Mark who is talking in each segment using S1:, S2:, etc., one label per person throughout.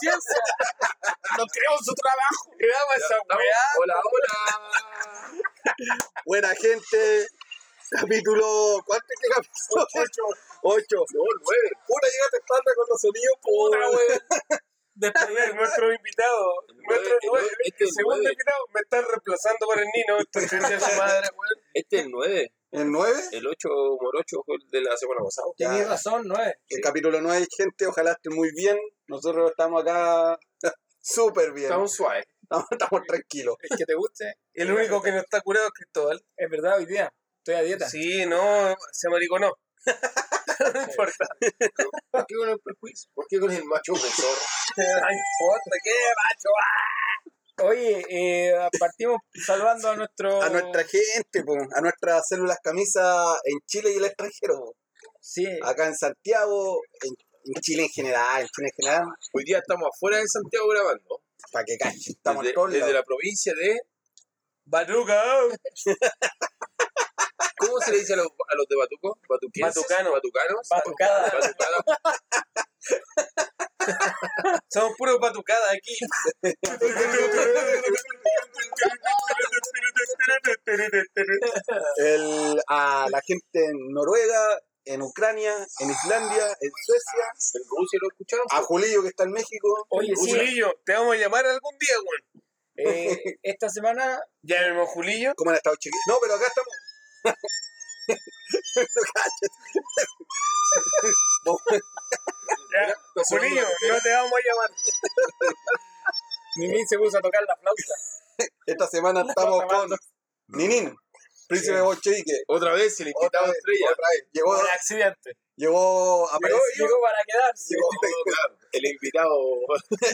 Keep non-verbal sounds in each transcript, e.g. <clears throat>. S1: ciencia. No creemos su trabajo. Creamos esa weá.
S2: Hola, hola. <laughs>
S3: Buena gente. Capítulo. ¿Cuánto es que capítulo?
S1: Ocho.
S3: Ocho.
S2: No, nueve.
S3: Puta, llegaste espalda con los sonidos,
S1: Puta,
S3: puta,
S1: weón. Despedir a nuestro invitado.
S2: El
S1: Nuestro
S2: nueve, el
S1: nueve,
S2: nueve, este
S1: el
S2: el
S1: segundo
S2: nueve.
S1: invitado. Me están reemplazando por el Nino.
S2: <laughs>
S1: Esto es concha de su madre, weón.
S2: Este es el 9.
S3: ¿El 9?
S2: El 8 morocho fue el de la semana pasada.
S4: Tenías razón, ¿no es?
S3: El capítulo 9, gente, ojalá estén muy bien. Nosotros estamos acá <laughs> súper bien. Estamos,
S2: Estamos suaves.
S3: <laughs> estamos tranquilos.
S1: El que te guste. El único que no está curado es Cristóbal.
S4: Es verdad, hoy día. Estoy a dieta.
S1: Sí, no, se mariconó. No importa.
S2: ¿Por qué con el prejuicio? ¿Por qué con el macho opresor?
S1: No importa, qué macho.
S4: Oye, eh, partimos saludando a nuestro...
S3: A nuestra gente, po, a nuestras células camisas en Chile y el extranjero. po.
S4: Sí,
S2: Ah.
S3: Acá en Santiago, en, en Chile en general, en Chile en general,
S2: Hoy día estamos afuera de Santiago grabando.
S3: para que cachen. Estamos en
S2: Desde,
S3: todos
S2: desde
S3: lados.
S2: la provincia de.
S1: Batuca.
S2: ¿Cómo se le dice a los, a los de Batuco? ¿Batuquenses?
S1: Batucano.
S2: ¿Batucanos?
S4: Batucada.
S2: Batucada.
S1: Somos puros batucadas aquí.
S3: El- a la gente en Noruega, en Ucrania, en Islandia, en Suecia,
S2: ¿En Rusia lo escucharon?
S3: a Julillo que está en México.
S4: oye, sí.
S1: Julillo, te vamos a llamar algún día, weón.
S2: <laughs>
S4: eh, esta semana
S1: Llamemos a Julillo.
S3: ¿Cómo han estado chiquillos? No, pero acá estamos.
S1: Ya. Julillo, no te vamos a llamar.
S4: Mimi se puso a tocar la flauta.
S3: Esta semana estamos con Ninín, príncipe de Bolchevique.
S2: Otra vez el
S3: Otra
S2: invitado
S3: vez,
S2: estrella.
S3: otra vez. Llegó,
S4: Por accidente.
S3: llegó, apareció,
S4: Llegó, llegó para quedarse.
S3: llegó,
S2: Oh, claro. El invitado.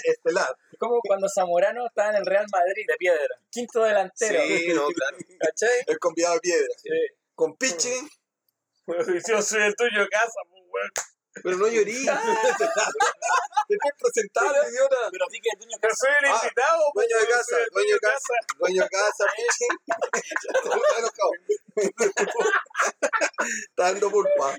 S3: estelar.
S4: Como cuando Zamorano estaba en el Real Madrid de piedra. Quinto delantero.
S2: Sí,
S4: <laughs>
S2: no, claro.
S4: ¿Cachai?
S3: El convidado de piedra.
S4: Eh,
S3: Con Pichi,
S1: <laughs>
S2: Mm.
S1: Yo soy el tuyo, casa, pues, weón.
S2: Pero no llorí. <laughs>
S3: te estoy presentando, idiota.
S4: Pero sí que el dueño
S1: Yo soy el
S3: Ah,
S1: invitado, pues,
S3: Dueño de
S1: weón,
S3: casa,
S1: soy el
S3: dueño de casa, dueño de casa, Pichi. Está enojado. Está dando culpa.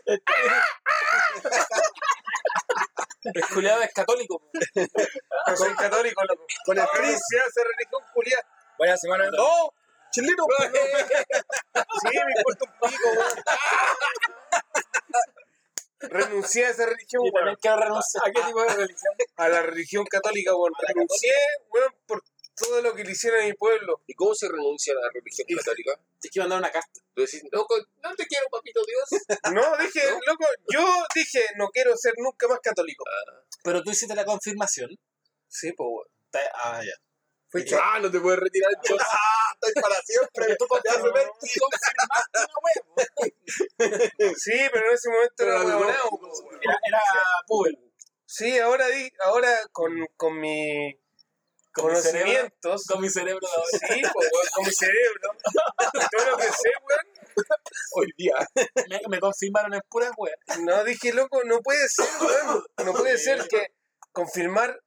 S4: El culiado es <laughs> católico.
S1: Yo <laughs> soy católico, loco.
S3: Con
S2: Ah,
S3: el Cris.
S1: Cristian se religión culiada.
S4: Buena semana.
S3: ¡No! ¡Chileno!
S1: <laughs> Sí, me importa un pico, weón. <laughs> Renuncié a esa religión,
S4: Y
S1: weón.
S4: también quiero renunciar. ¿A qué tipo de religión?
S1: A la religión católica, weón. Renuncié, weón, por todo lo que le hicieron a mi pueblo.
S2: ¿Y cómo se renuncia a la religión católica?
S4: Te quiero mandar una carta.
S2: Tú decís, loco, no te quiero, papito Dios.
S1: No, dije, loco, yo dije, no quiero ser nunca más católico.
S4: Pero tú hiciste la confirmación.
S1: Sí, pues, weón.
S4: Ah, ya.
S3: Fuiste.
S2: Ah, no te puedes retirar. entonces.
S3: ¡Ah! Estoy para
S2: <laughs>
S3: siempre.
S4: Tú
S3: Ya se
S4: confirmaste
S3: ve.
S4: confirmaste una wea, po.
S1: Sí, pero en ese momento
S3: Pero
S1: era
S3: algo-
S1: huevonao, po, weón.
S4: Era, era público.
S1: Sí, ahora, di, ahora con, con mi
S4: Con mi cerebro.
S1: conocimientos,
S4: Con mi cerebro de ahora.
S1: sí, po, weón, con mi cerebro, todo lo que sé, weón,
S2: Hoy día.
S4: Me, me confirmaron en puras weas.
S1: no dije, loco, no puede ser, weón, no puede ser que confirmar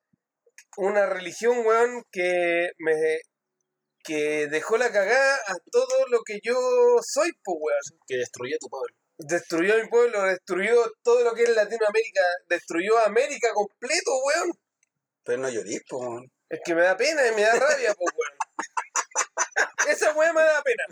S1: una religión, weón, que me que dejó la cagada a todo lo que yo soy, po, weón.
S4: Que destruyó tu pueblo.
S1: Destruyó mi pueblo, destruyó todo lo que es Latinoamérica, destruyó a América completo, weón.
S3: Pero no llorís, po.
S1: Es que me da pena y me da rabia, pues, weón. Esa weá me da pena.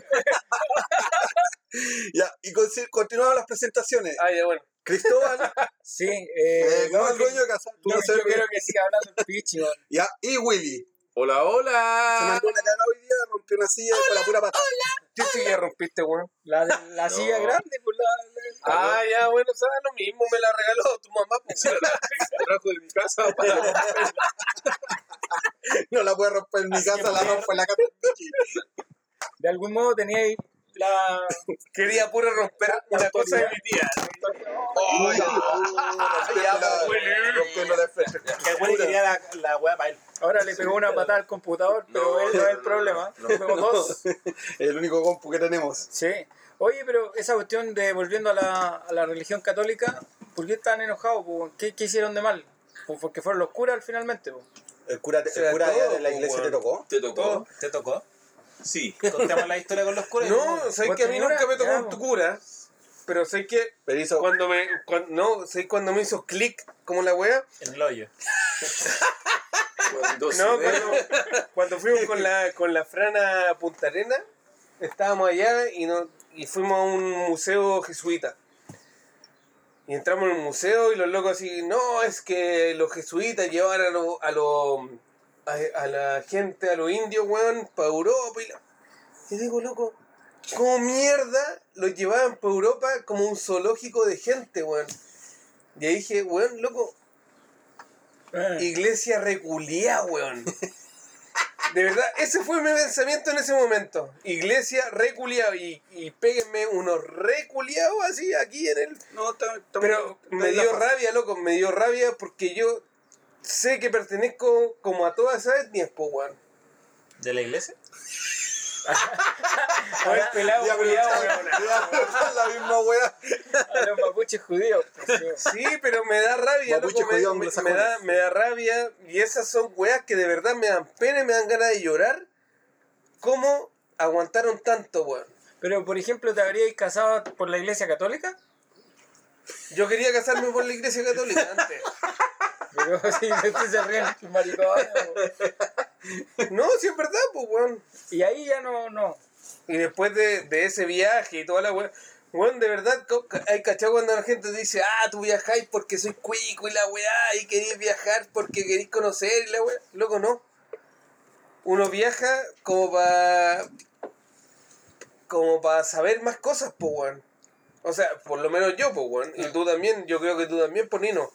S3: Ya, y consi- continuamos las presentaciones.
S1: Ah, ya, bueno.
S3: Cristóbal,
S4: Sí, eh.
S3: eh, no, el
S4: que-
S3: dueño de casa, tú
S4: yo,
S3: no
S4: yo
S3: sabes-
S4: quiero que siga hablando el pichi, weón.
S3: Ya, y Willy.
S2: Hola,
S3: Se
S2: hola.
S3: mandó una cagada hoy día, rompió una silla con la pura pata.
S1: ¿Qué sí que rompiste, weón?
S4: La, de-
S2: No.
S4: la silla grande, pues la.
S1: Ah, ya, bueno, o sea, lo mismo, me la regaló tu mamá, pues.
S2: Se trajo de mi casa para.
S3: No la puede romper en mi
S4: Así que
S3: casa, la
S4: mujer.
S3: rompo en la casa.
S4: De algún modo tenía ahí la.
S1: Quería puro romper una
S2: pues,
S1: cosa de mi tía.
S3: Ay,
S1: ya,
S3: rompiéndola-
S1: Willy.
S3: rompiéndola de frente.
S4: Que Willy quería la, la wea para él. Ahora le pegó una patada al computador, pero
S2: No,
S4: él no es el problema.
S2: no,
S4: Le pegó dos.
S3: El único compu que tenemos.
S4: Sí. Oye, pero esa cuestión de volviendo a la, a la religión católica, ¿por qué están enojados? po? ¿Qué, qué hicieron de mal? Pues porque fueron los curas finalmente. po.
S3: El cura,
S1: Se la
S3: el cura
S1: todo,
S3: de la iglesia
S1: po,
S3: te tocó.
S2: ¿Te tocó?
S5: ¿Te tocó?
S2: Sí. <laughs>
S5: Contemos la historia con los curas.
S1: Pues No, sabes que a mí nunca me tocó un cura, pero sé que
S3: Pero hizo.
S1: cuando me. cuan- no, sé cuando me hizo clic como la wea.
S5: En el hoyo.
S2: Cuando se
S1: No,
S2: ve-
S1: cuando, cuando fuimos con la, con la Frana a Punta Arena, estábamos allá y, no, y fuimos a un museo jesuita. Y entramos en el museo y los locos así, no, es que los jesuitas llevaron a los a, lo- a- a la gente, a los indios, weón, para Europa. Y, la- y digo, loco, ¿cómo mierda los llevaban para Europa como un zoológico de gente, weón? Y ahí dije, weón, loco, Iglesia reculia, weón. De verdad, ese fue mi pensamiento en ese momento. Iglesia reculia y, y péguenme unos reculiados así aquí en el.
S3: No, está- está-
S1: Pero
S3: está
S1: me
S3: en la
S1: dio
S3: fase.
S1: rabia, loco, me dio rabia porque yo sé que pertenezco como a todas esas etnias, po, weón.
S5: ¿De la iglesia?
S4: O el pelado
S3: Ya, pero-
S4: culiado, weón.
S3: <laughs> la misma wea.
S4: A los mapuches judíos. pues,
S1: Sí, pero me da rabia, loco,
S3: Mapuche,
S1: me-
S3: judío,
S1: me, me
S3: anglosajones.
S1: da, me da rabia. Y esas son weas que de verdad me dan pena y me dan ganas de llorar. ¿Cómo aguantaron tanto, weón?
S4: Pero, por ejemplo, ¿te habríais casado por la iglesia católica?
S1: Yo quería casarme por la iglesia católica antes.
S4: Pero <laughs> sí, usted se ríe, maricón.
S1: No, sí es verdad, pues, weón.
S4: Y ahí ya no, no.
S1: Y después de, de ese viaje y toda la weón. Weón, de verdad, co- ca- hay cachado cuando la gente dice, ah, tú viajáis porque soy cuico y la weá, y queréis viajar porque queréis conocer y la weá. Loco, no. Uno viaja como para. como para saber más cosas, pues, weón. O sea, por lo menos yo, pues, weón. Y tú también, yo creo que tú también, Ponino.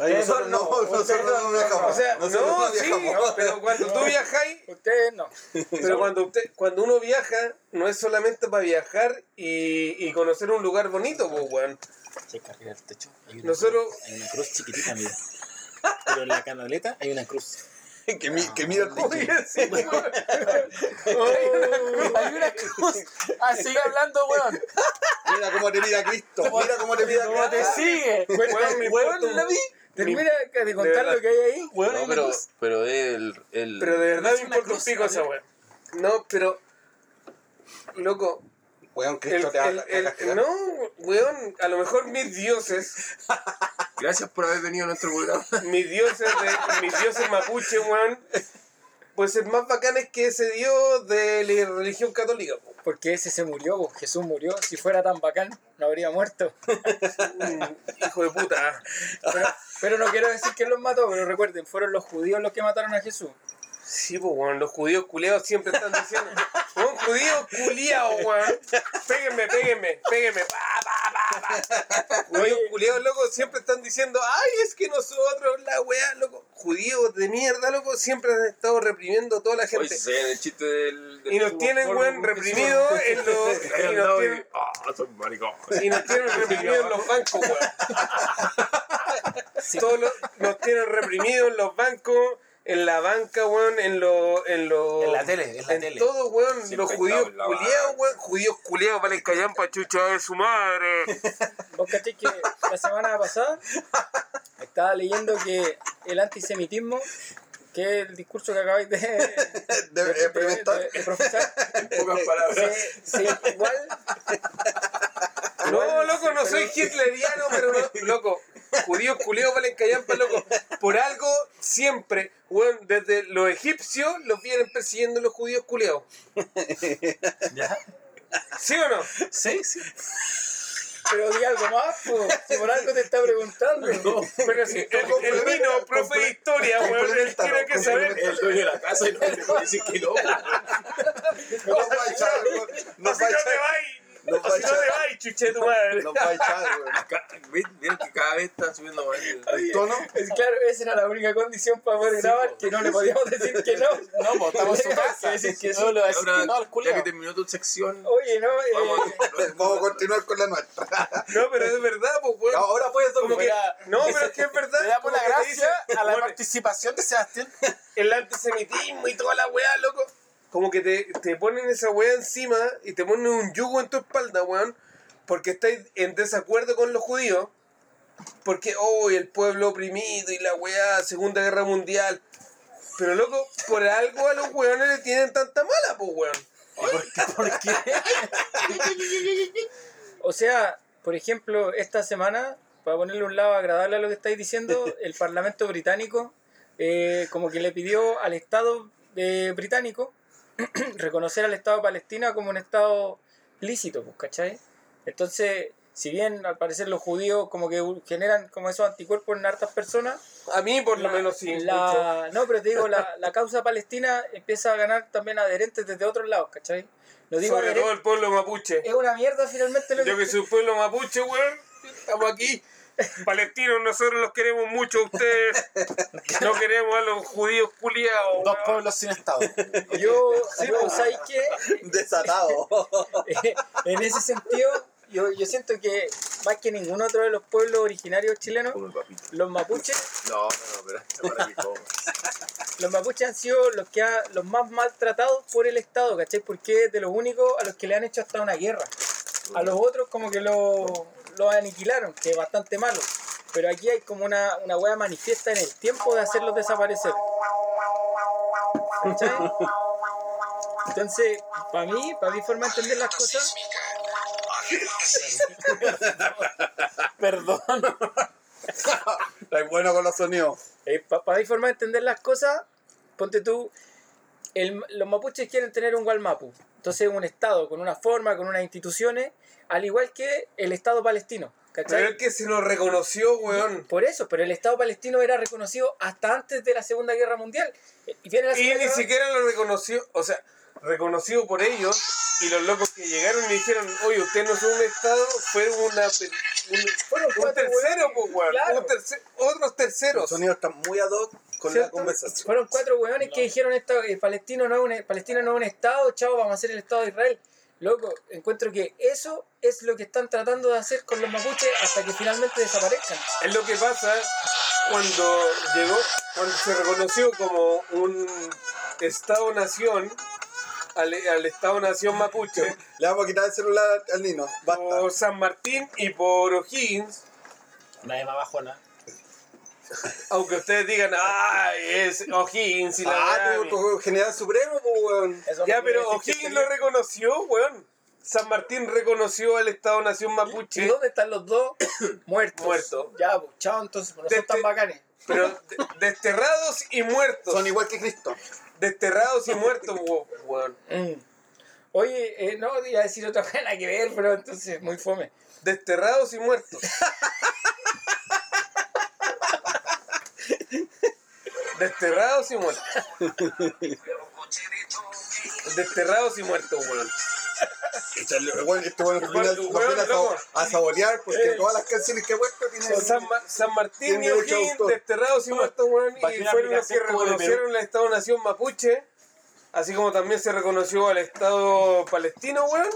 S3: Ahí nosotros no,
S4: ustedes
S3: nosotros
S4: no,
S3: no viajamos.
S1: O sea, no,
S3: Nosotros
S1: sí,
S3: viajamos.
S1: pero cuando tú viajáis,
S4: Ustedes no.
S1: Pero cuando usted, cuando uno viaja, no es solamente para viajar y, y conocer un lugar bonito, pues,
S2: <laughs>
S1: weón.
S5: Sí, que arriba del techo. Hay una,
S1: Nosotros-
S5: cruz, hay una cruz chiquitita, mira. Pero en la canaleta hay una cruz.
S3: <laughs> que, mi- que mira el
S1: Oye, sí, weón.
S4: Hay una cruz. Ah, sigue hablando, weón.
S3: Mira cómo te mira Cristo. Mira cómo te mira
S4: ¿Cómo te
S3: Cristo.
S4: sigue?
S1: Weón, me importa un-
S4: Termina de contar
S1: verdad.
S4: lo que hay ahí.
S5: Bueno,
S6: No, pero, pero el, el.
S1: <laughs> Pero de verdad
S5: Es
S1: me
S5: una
S1: importa un
S5: cruz,
S1: pico esa
S5: amigo.
S1: weón. No, pero. Loco,
S3: Weón,
S1: el,
S3: Cristo te va
S1: el-
S3: a- te va a
S1: el-
S3: castigar.
S1: no, weón, a lo mejor mis dioses,
S2: <laughs> Gracias por haber venido a nuestro programa.
S1: mis dioses de, mis dioses mapuche, weón, pues es más bacanes que ese dios de la religión católica,
S2: <laughs>
S1: po.
S4: Porque ese se murió, pues, Jesús murió. Si fuera tan bacán, no habría muerto.
S1: Mm, hijo de puta.
S4: Pero, pero no quiero decir que los mató, pero recuerden, fueron los judíos los que mataron a Jesús.
S1: Sí, pues, weón, los judíos culeados siempre están diciendo, un judío culiao, weón, péguenme, péguenme, péguenme, pa, pa, pa, pa. Judíos culiados, loco, siempre están diciendo, ay, es que nosotros, la weá, loco, judíos de mierda, loco, siempre han estado reprimiendo a toda la
S6: Hoy
S1: gente.
S6: se sacan el chiste del. del
S1: Y nos
S6: tubo
S1: tienen,
S6: forro,
S1: weón,
S6: porque
S1: reprimidos en los...
S2: Ahí
S1: Y
S2: andaba
S1: nos
S2: y-
S1: tienen,
S2: Ah, son maricones.
S1: y nos tienen reprimidos en los bancos, weón. Todos los- nos tienen reprimidos en los bancos, en la banca, weón, en los... En, los-
S5: En la tele, en la tele.
S1: todo, weón,
S6: Siempre
S1: los
S6: he
S1: judíos
S6: estado en la
S1: culiados,
S6: banca.
S1: weón. Judíos culiados, valen callan pa' chucha de su madre.
S4: Vos caché que la semana pasada estaba leyendo que el antisemitismo, que es el discurso que acabáis de,
S3: <laughs> De- de experimentar.
S4: de- de profesar,
S6: En pocas palabras.
S4: se- se- igual,
S1: No, loco, no soy hitleriano, pero
S5: <laughs>
S1: no- loco. Judíos culiados valen callan pa' loco. Por algo, siempre, weón, desde los egipcios los vienen persiguiendo los judíos culiados.
S5: <laughs> ¿Ya?
S1: ¿Sí o no?
S5: Sí, sí.
S4: pero di algo más, po, si por algo te está preguntando.
S1: Pero si el, el vino, profe de historia, weón, él tiene que saber.
S6: El dueño de la casa y no le puede decir que <laughs> no.
S3: Nos va a echar, weón.
S1: No,
S3: Nos va a
S1: si no
S3: echar.
S1: te vais,
S3: Nos
S1: o
S3: va a
S1: si no te
S3: echar.
S1: vais, chuche tu madre.
S3: Nos va a echar, weón.
S6: Ca- ven- Vieron que cada vez está subiendo más. el-
S3: ¿El tono?
S4: Es claro, esa era la única condición para poder grabar, que no le podíamos decir que no.
S5: No, pues estamos
S4: Teníamos
S5: en su
S4: que
S5: casa.
S4: decir que
S5: no,
S4: sí.
S5: lo va a decir que
S6: Ahora,
S5: no, al
S6: ya que
S5: culiao.
S6: terminó tu sección,
S4: Oye, no, eh,
S6: vamos a
S3: <laughs> Pues, Vamos a continuar con la nuestra.
S1: No, pero es verdad, pues, weón.
S3: Ahora puedes
S1: Como que- no, pero es que es verdad.
S5: Le damos
S1: como
S5: la
S1: que te
S5: gracia
S1: dicen,
S5: a la
S1: bueno,
S5: participación de Sebastián.
S1: el antisemitismo y toda la weá, loco. Como que te, te ponen esa weá encima y te ponen un yugo en tu espalda, weón. Porque estáis en desacuerdo con los judíos. Porque, oh, el pueblo oprimido y la weá, Segunda Guerra Mundial. Pero, loco, por algo a los weones le tienen tanta mala, pues, weón.
S5: ¿Por qué?
S4: o sea, Por ejemplo, esta semana, para ponerle un lado agradable a lo que estáis <laughs> diciendo, el Parlamento británico eh, como que le pidió al Estado eh, británico <clears throat> reconocer al Estado palestino como un Estado lícito, pues, ¿cachai? Entonces, si bien al parecer los judíos como que generan como esos anticuerpos en hartas personas,
S1: A mí por lo
S4: la-
S1: menos sí. mucho.
S4: la- no, pero te digo, la, la causa palestina empieza a ganar también adherentes desde otros lados, ¿cachai? Lo digo
S1: Sobre
S4: adherentes-
S1: todo el pueblo mapuche.
S4: es una mierda finalmente lo
S1: Yo que soy un pueblo mapuche, weón. Estamos aquí. Palestinos, nosotros los queremos mucho a ustedes. No queremos a los judíos culiados.
S5: Dos
S1: weón.
S5: pueblos sin Estado.
S1: <laughs>
S4: Yo, yo
S1: pues.
S4: ¿sabes qué?
S3: Desatado.
S4: Eh, <laughs> en ese sentido, yo, yo siento que más que ningún otro de los pueblos originarios chilenos,
S6: Come el papito.
S4: los mapuches,
S6: <laughs> No, no, no, pero está para que coma.
S4: <laughs> los mapuches han sido los que ha- los más maltratados por el Estado, ¿cachai? Porque es de los únicos a los que le han hecho hasta una guerra. A los otros como que lo, lo aniquilaron, que es bastante malo. Pero aquí hay como una, una wea manifiesta en el tiempo de hacerlos desaparecer. ¿Cachai? Entonces, para mí, para mi forma de entender las cosas,
S5: Perdón.
S3: Es bueno con los sonidos.
S4: Eh, para mi forma de entender las cosas, ponte tú, el- los mapuches quieren tener un Walmapu, entonces un Estado con una forma, con unas instituciones, al igual que el Estado palestino.
S1: Pero es
S4: ¿Cachai?
S1: que se nos reconoció, weón.
S4: Por eso, pero el Estado palestino era reconocido hasta antes de la Segunda Guerra Mundial. Y viene la
S1: Y
S4: Segunda
S1: ni
S4: Guerra-
S1: siquiera lo reconoció, o sea, reconocido por ellos. Y los locos que llegaron y dijeron, oye, usted no es un Estado, fue una, pe- un,
S4: Fueron
S1: un
S4: cuatro
S1: tercero,
S4: weones,
S1: pues, weón.
S4: claro.
S1: Un terce- otros
S3: Los
S1: terceros.
S3: sonidos están muy ad hoc con la
S1: ¿Cierto?
S3: conversación.
S4: Fueron cuatro hueones que dijeron esto, eh, Palestino no es un, Palestina no es un Estado, chao, vamos a hacer el Estado de Israel. Loco, encuentro que eso es lo que están tratando de hacer con los mapuches hasta que finalmente desaparezcan.
S1: Es lo que pasa cuando llegó, cuando se reconoció como un Estado-nación al, al Estado-nación mapuche
S3: Le vamos a quitar el celular al Nino. Basta.
S1: por San Martín y por O'Higgins,
S5: Nadie más bajona.
S1: aunque ustedes digan, ah, es O'Higgins y la
S3: Ah,
S1: weá".
S3: tu, tu general supremo, pues, weón.
S4: Eso
S1: Ya,
S4: no quiere
S1: pero
S4: decir que
S1: O'Higgins
S4: esté
S1: lo
S4: bien.
S1: reconoció, weón. San Martín reconoció al Estado-nación
S4: ¿Y
S1: mapuche,
S4: dónde están los dos? <coughs> Muertos.
S1: Muertos.
S4: Ya, pues, chao, entonces, por no
S1: Desde-
S4: son tan bacanes.
S1: pero de- desterrados y muertos.
S3: Son igual que Cristo.
S1: Desterrados y muertos, wo- weón.
S4: Mm. Oye, eh, no, iba a decir otra <laughs> cosa nada que ver, pero entonces, muy fome.
S1: Desterrados y muertos. Desterrados y muertos. Desterrados y muertos, weón.
S3: Bueno, este
S1: Bueno,
S3: bueno final
S1: weón,
S3: a,
S1: loco.
S3: sa- a saborear porque todas las canciones que he puesto tienen.
S1: San, Ma- San Martín y
S3: Tiene mucho
S1: O'Higgins,
S3: autor.
S1: desterrados y muertos, weón. Y
S5: Imagina
S1: fueron los Ah, que
S5: aplicación como de
S1: reconocieron el Estado-Nación mapuche. Así como también se reconoció al Estado palestino, weón.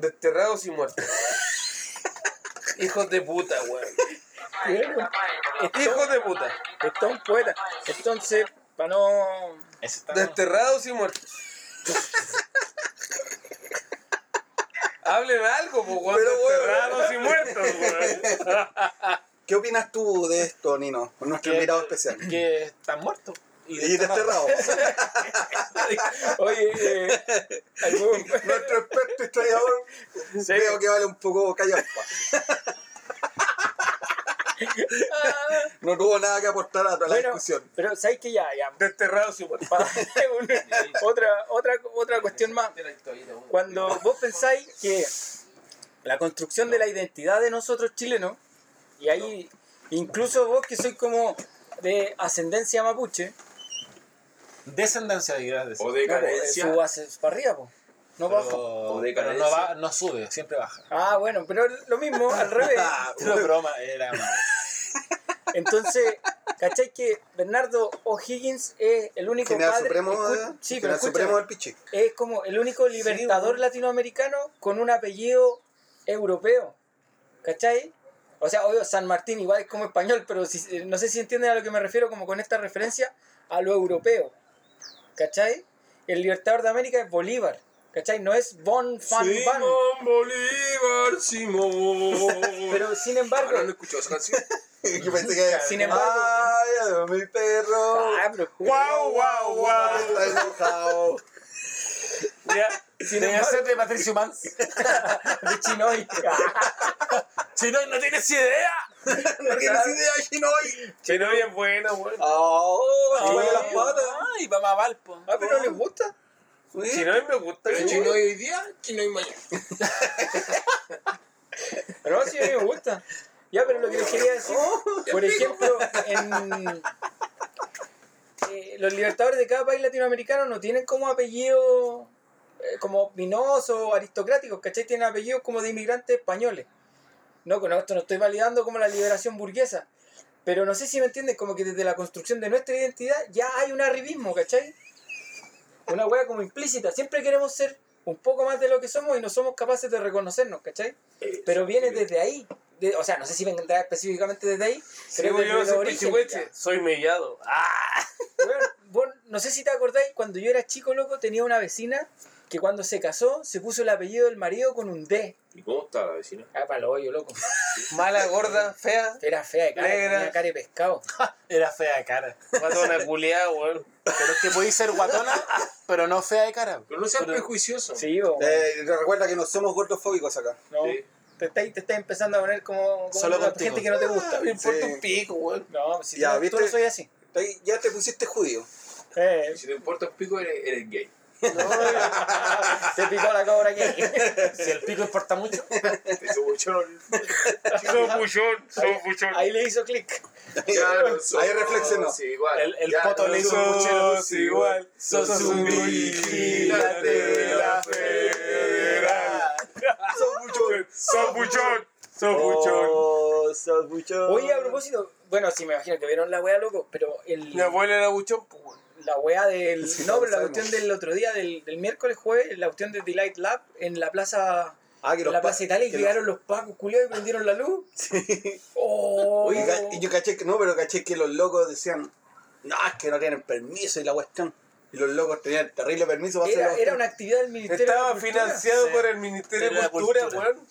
S1: Desterrados y muertos. <laughs> Hijos de puta, weón. Hijos de puta.
S4: Está un poeta. Entonces, para <laughs> no.
S5: Ese está.
S1: Desterrados y muertos. Hablen algo, pues, weón.
S3: Pero, weón.
S1: Desterrados y muertos, weón.
S3: ¿Qué opinas tú de esto, Nino? Nuestro
S5: Que-
S3: invitado especial.
S5: Que están muertos.
S2: este
S3: Y desterrado.
S4: Oye, eh, algún- <laughs>
S3: Nuestro experto historiador veo que vale un poco callado. No tuvo nada que aportar a toda la
S4: Bueno,
S3: discusión.
S4: Pero sabes que ya, ya.
S1: Desterrados y muertos.
S4: <laughs> pa- un- otra, otra, otra cuestión más. Cuando vos pensáis que la construcción de la identidad de nosotros chilenos, y ahí incluso vos que sois como de ascendencia mapuche,
S5: Descendencia de gracias.
S6: O
S4: no, pues,
S6: de carencia.
S4: tú haces para arriba, po, no
S5: Pero,
S4: para abajo.
S5: o
S6: de
S5: pero no,
S6: carencia.
S5: va, no sube, siempre baja.
S4: Ah, bueno, pero lo mismo, al revés.
S5: <laughs> No, broma, era.
S4: Entonces, ¿cachai que Bernardo O'Higgins es el único
S3: General
S4: padre?
S3: supremo,
S4: escu-
S3: ¿eh?
S4: sí,
S3: general
S4: pero escúchame,
S3: supremo del pichi.
S4: es como el único libertador latinoamericano con un apellido europeo. ¿Cachai? O sea, obvio, San Martín igual es como español, pero si- eh, no sé si entienden a lo que me refiero como con esta referencia a lo europeo. ¿Cachai? El libertador de América es Bolívar. ¿Cachai? No es Bon Fan Van.
S6: Simón Bolívar, Simón.
S4: <laughs> Pero sin
S6: Ahora no
S4: embargo...
S6: escuchó esa canción.
S3: <laughs> Yo pensé que.
S4: Sin embargo-
S3: Ay, adiós, mi perro.
S4: Ah, pero-
S1: Guau, guau, guau.
S3: Está enojado.
S1: Ya,
S4: Sin
S5: Debe
S4: embargo,
S5: ser de Patricio Mans.
S4: de
S6: <laughs>
S4: Chinoy. Ah,
S5: Si no, no tienes idea.
S3: No tienes idea, Chinoy.
S1: Chinoy es bueno, weón.
S3: Ah, Oh, se
S5: Ay,
S3: mueve las patas.
S5: Ay, vamos a Valpo.
S4: Ah, pero no les gusta.
S3: Sí.
S1: Chinoy me gusta.
S2: Pero chino hoy día, chino hoy mañana.
S4: No, sí, a mí me gusta. Ya, pero lo que les quería decir,
S6: Oh,
S4: por ejemplo, en, eh, los libertadores de cada país latinoamericano no tienen como apellidos eh, como vinosos o aristocráticos, ¿cachai? Tienen apellidos como de inmigrantes españoles. No, con esto no estoy validando como la liberación burguesa. Pero no sé si me entienden, como que desde la construcción de nuestra identidad ya hay un arribismo, ¿cachai? Una hueá como implícita. Siempre queremos ser un poco más de lo que somos y no somos capaces de reconocernos, ¿cachai? Pero viene desde ahí. De- o sea, no sé si vendrá específicamente desde ahí.
S1: Sí,
S4: pero
S1: weón,
S4: desde
S1: yo no
S4: los
S1: soy
S4: orígenes,
S1: pichihueche, soy mellado. Ah.
S4: ya. Weón, vos- no sé si te acordáis, cuando yo era chico, loco, tenía una vecina que cuando se casó se puso el apellido del marido con un D.
S6: ¿Y cómo está la vecina?
S4: Ah, para lo hoyo, loco.
S1: Mala, gorda, <laughs> fea.
S4: Era fea de cara,
S1: Negra.
S4: tenía cara de pescado.
S5: Era fea de cara.
S1: Guatona culiada, weón.
S5: Pero es que podéis ser guatona, pero no fea de cara.
S6: Pero no seas prejuicioso.
S4: Sí, o-
S3: Eh, recuerda que no somos gordofóbicos acá.
S4: no.
S6: sí.
S4: Te estás te está empezando a poner como, como
S5: Solo
S4: la
S5: contigo.
S4: gente que no te gusta.
S1: Me importa
S3: Sí.
S1: un pico, weón.
S4: No, si
S3: Ah, Ya,
S4: tú, tú
S3: ¿viste?
S4: no soy así.
S3: Ahí Ya te pusiste
S5: <laughs>
S3: judío.
S4: Eh,
S6: Si te importa un pico, eres,
S4: <laughs>
S6: eres gay.
S4: te picó la cobra aquí.
S5: Si el pico importa mucho.
S6: Eso mucho no-
S1: Soy buchón, soy buchón.
S4: Ahí le hizo clic.
S6: Ya no
S3: <laughs>
S6: sos-
S3: Ahí reflexionó.
S6: Sí, igual.
S5: El, el
S6: Ya
S5: poto
S6: no
S5: le hizo
S6: sos
S5: muchos igual. Sos un vigilante de la federal.
S1: Soy buchón, soy
S3: Oh, sos buchón.
S4: Oye, a propósito, bueno, sí, me imagino que vieron la wea, loco, pero el,
S1: Mi abuela era buchón, pues, weón.
S4: la wea del.
S3: Sí,
S4: no, pero la
S3: sabemos.
S4: cuestión del otro día, del, del miércoles jueves, la cuestión de Delight Lab en la plaza.
S3: Ah, que
S4: En
S3: los
S4: la
S3: pa-
S4: plaza Italia y
S3: que
S4: llegaron los pacos culiados y prendieron la luz. Sí. Oh.
S3: Oye, ca- y yo caché que, no, pero caché que los locos decían, no, es que no tienen permiso y la cuestión. Y los locos tenían terrible permiso para hacer la
S4: era, era
S3: cuestión.
S4: una actividad del Ministerio de
S1: Estaba
S4: la Cultura,
S1: financiado
S5: Sí.
S1: por el Ministerio
S5: Era
S1: de
S5: la
S1: Cultura,
S5: cultura.
S1: weón.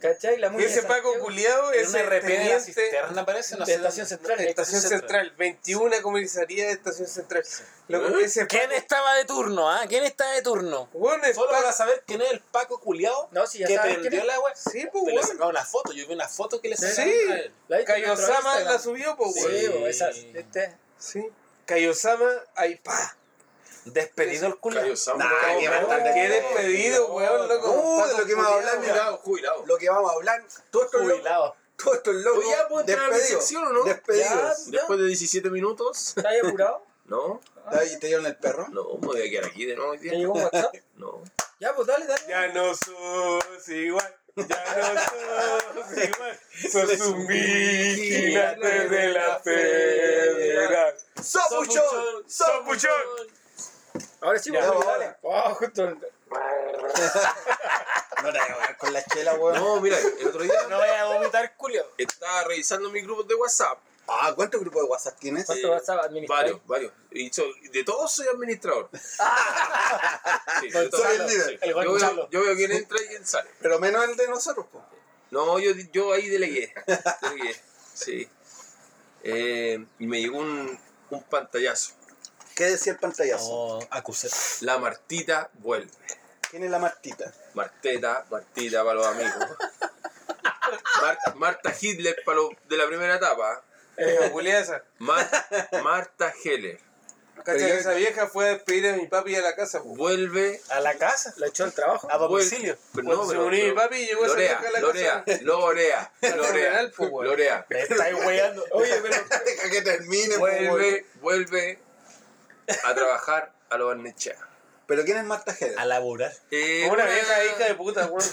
S4: ¿Cachai? La
S1: Y
S4: momia de
S1: ese Paco
S4: Santiago,
S1: culiado,
S5: Es
S1: ese
S5: una repera de la
S1: teniente
S5: cisterna, parece. No
S4: de
S5: sé.
S4: Estación Central.
S5: de
S1: Estación Central, 21 comisaría de Estación Central. Loco, ese
S5: ¿Quién
S1: Paco-
S5: estaba de turno, ah? ¿Quién estaba de turno?
S1: Weón, es
S5: Solo
S1: Paco-
S5: para saber quién es el Paco culiado
S4: No, sí, ya
S5: que
S4: sabes quién
S5: prendió
S4: es.
S5: la web.
S1: Sí, pues,
S5: Pero le
S1: weón.
S5: sacaba una foto. Yo vi una foto que le sacaron a
S1: Sí.
S5: él.
S4: La viste en nuestro
S1: Kaiosama
S4: Instagram.
S1: la subió, pues,
S4: Sí,
S1: weón.
S4: bo, esa, este,
S1: Sí. Kaiosama, ahí, pa.
S5: Despedido el culiado.
S6: Cayo Sambo.
S5: Ah,
S3: Nah,
S6: Cayo
S3: que
S6: Sambo.
S3: va a estar
S1: Qué
S3: despedido.
S1: despedido, weón, loco.
S3: No, de
S1: Paco
S3: lo que me va a hablar,
S1: culiao.
S6: Jubilado, jubilado.
S3: Lo que vamos a hablar, todos estos locos,
S5: Jubilado.
S3: todos estos locos
S6: Oye, ¿ya puedo entrar a mi
S3: despedidos,
S6: sección o no?
S3: despedidos.
S4: Ya.
S6: Después de 17 minutos.
S4: ¿estás ahí
S6: <laughs>
S4: apurado?
S6: No,
S3: Ahí te dieron el perro.
S6: no, me voy a quedar aquí de nuevo hoy
S4: ¿Te
S6: día.
S4: llegó
S6: <laughs>
S4: un WhatsApp?
S6: No.
S4: Ya, pues dale, dale.
S1: Ya no sos igual, ya no sos igual. Sos un vigilante de la federal.
S3: ¡Sopuchón!
S1: Sos
S3: ¡Sopuchón!
S1: buchón.
S4: Ahora sí, pues
S3: Ya,
S4: dale,
S3: vamos,
S4: dale. Ah, justo.
S3: No te voy a jugar con la chela, weón.
S6: No, mira, el otro día
S5: No vaya a vomitar, culiado.
S6: estaba revisando mis grupos de WhatsApp.
S3: Ah, ¿cuántos grupos de WhatsApp tienes?
S4: ¿Cuánto WhatsApp administrar?
S6: Varios, varios. Y so- de todos soy administrador. Sí, de todos.
S3: Soy el líder.
S5: El
S6: yo,
S5: Gonzalo.
S6: veo, yo veo quién entra y quién sale.
S3: Pero menos el de nosotros, po.
S6: No, yo, yo ahí delegué. delegué, sí. Eh, y me llegó un, un pantallazo.
S3: ¿Qué decía el pantallazo?
S5: Oh, acusé.
S6: La Martita vuelve.
S3: ¿Quién es la Martita?
S6: Marteta, Martita para los amigos. Mar- Marta Hitler para los de la primera etapa.
S1: Esa culiá esa.
S6: Mar- Marta Heller.
S1: Cacha que esa vieja fue a despedir a mi papi a la casa, po.
S6: Vuelve
S5: A la casa.
S4: Lo echó al trabajo.
S5: A domicilio.
S6: Pero
S1: Cuando
S6: no,
S1: Pues se
S6: pero-
S1: unió mi
S6: pero-
S1: papi, llegó esa
S6: Lorea,
S1: vieja a la
S6: Lorea,
S1: casa. <laughs>
S6: Lorea, Lorea,
S1: Federal, pues, weón.
S6: Lorea.
S5: Me estáis weando.
S4: Oye, pero
S3: Deja que termine, po, weón.
S6: Vuelve, vuelve a trabajar a lo Barnechea.
S3: ¿Pero quién es Marta
S5: A
S3: Jera?
S5: laburar.
S6: Eh,
S1: Una vieja hija de puta,
S6: <laughs>
S1: weón.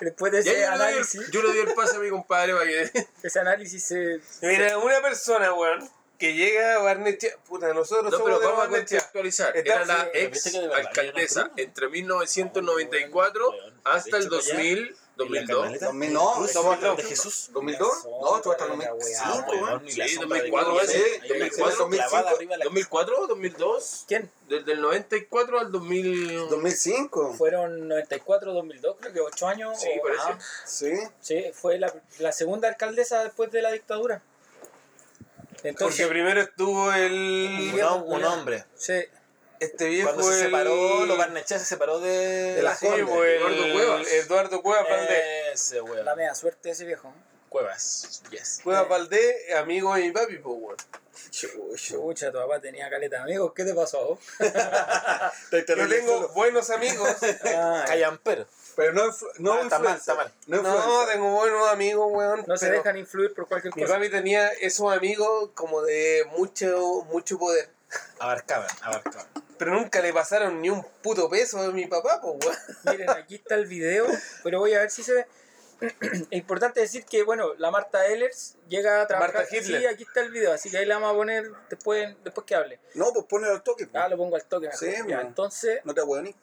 S4: después de
S6: Ya
S4: ese
S6: yo, le doy el,
S4: análisis,
S6: yo le doy el pase a mi compadre para
S1: <laughs>
S6: que.
S4: ese análisis se...
S1: Mira, una persona, weón, que llega a Barnechea. Puta, nosotros
S6: No,
S1: somos
S6: pero
S1: de
S6: vamos a
S1: Barnechea.
S6: contextualizar.
S1: Está-
S6: Era la
S1: sí,
S5: pero viste
S6: ex
S5: que de verdad hay
S6: alcaldesa
S5: una cruz.
S6: entre 1994
S5: Weón,
S6: hasta el
S5: de hecho,
S6: 2000,
S5: ¿En la
S6: 2002.
S5: canaleta?
S3: 2000, no,
S5: ¿En el
S3: somos
S5: cruce de
S1: los-
S5: Jesús.
S3: ¿2002?
S4: sombra
S3: No, tú hasta
S4: de la
S3: 2005,
S4: weá,
S3: weón.
S5: ni la
S6: Sí,
S5: sombra de
S6: 2004
S5: Cristo.
S3: ese,
S5: Hay una
S6: 2004,
S5: cruz clavada
S3: 2005.
S5: arriba de la cruz.
S6: ¿2004? ¿2002?
S4: ¿Quién?
S6: Desde el 94 al 2000.
S3: 2005.
S4: Fueron 94, 2002, creo que 8 años.
S6: Sí,
S4: o-
S6: parece.
S4: ah,
S3: Sí.
S4: sí, fue la, la segunda alcaldesa después de la dictadura.
S1: Porque
S4: Entonces,
S1: primero estuvo el.
S5: Un hom- un hombre.
S4: sí,
S1: este viejo.
S5: Cuando se
S1: el-
S5: separó, lo Barnechea se separó de,
S3: De las
S1: Sí,
S3: Condes,
S1: pues, el-
S6: Eduardo Cuevas. Eh.
S1: Eduardo Cuevas Valdés.
S5: Ese weón.
S4: La media suerte de ese viejo.
S5: Cuevas. Yes.
S1: Cuevas Valdés, amigo de mi papi, pues, weón.
S3: Chucho.
S4: Chucha, tu papá tenía caleta de amigos. ¿Qué te pasó a vos?
S1: Yo tengo buenos amigos.
S6: <laughs>
S4: Ah,
S5: Callampero.
S3: Pero no, influ- no
S5: Ah, está mal,
S3: influencer,
S5: está mal.
S3: No,
S1: No,
S3: influencer.
S1: tengo buenos amigos, weón.
S4: no se
S1: pero
S4: dejan influir por cualquier
S1: Mi
S4: cosa.
S1: papi tenía esos amigos como de mucho, mucho poder.
S5: Abarcaban, abarcaban.
S1: Pero nunca le pasaron ni un puto peso a mi papá, pues, weón. <laughs>
S4: Miren, aquí está el video, pero voy a ver si se ve. <clears throat> Es importante decir que, bueno, la Marta Ehlers llega a trabajar.
S1: Marta Hitler.
S4: Sí, aquí está el video, así que ahí la vamos a poner después, después que hable.
S3: No, pues ponle al toque. pues.
S4: Ah, lo pongo al toque. mejor.
S3: Sí,
S4: Ya,
S3: mira.
S4: entonces,
S3: No te ahueoní.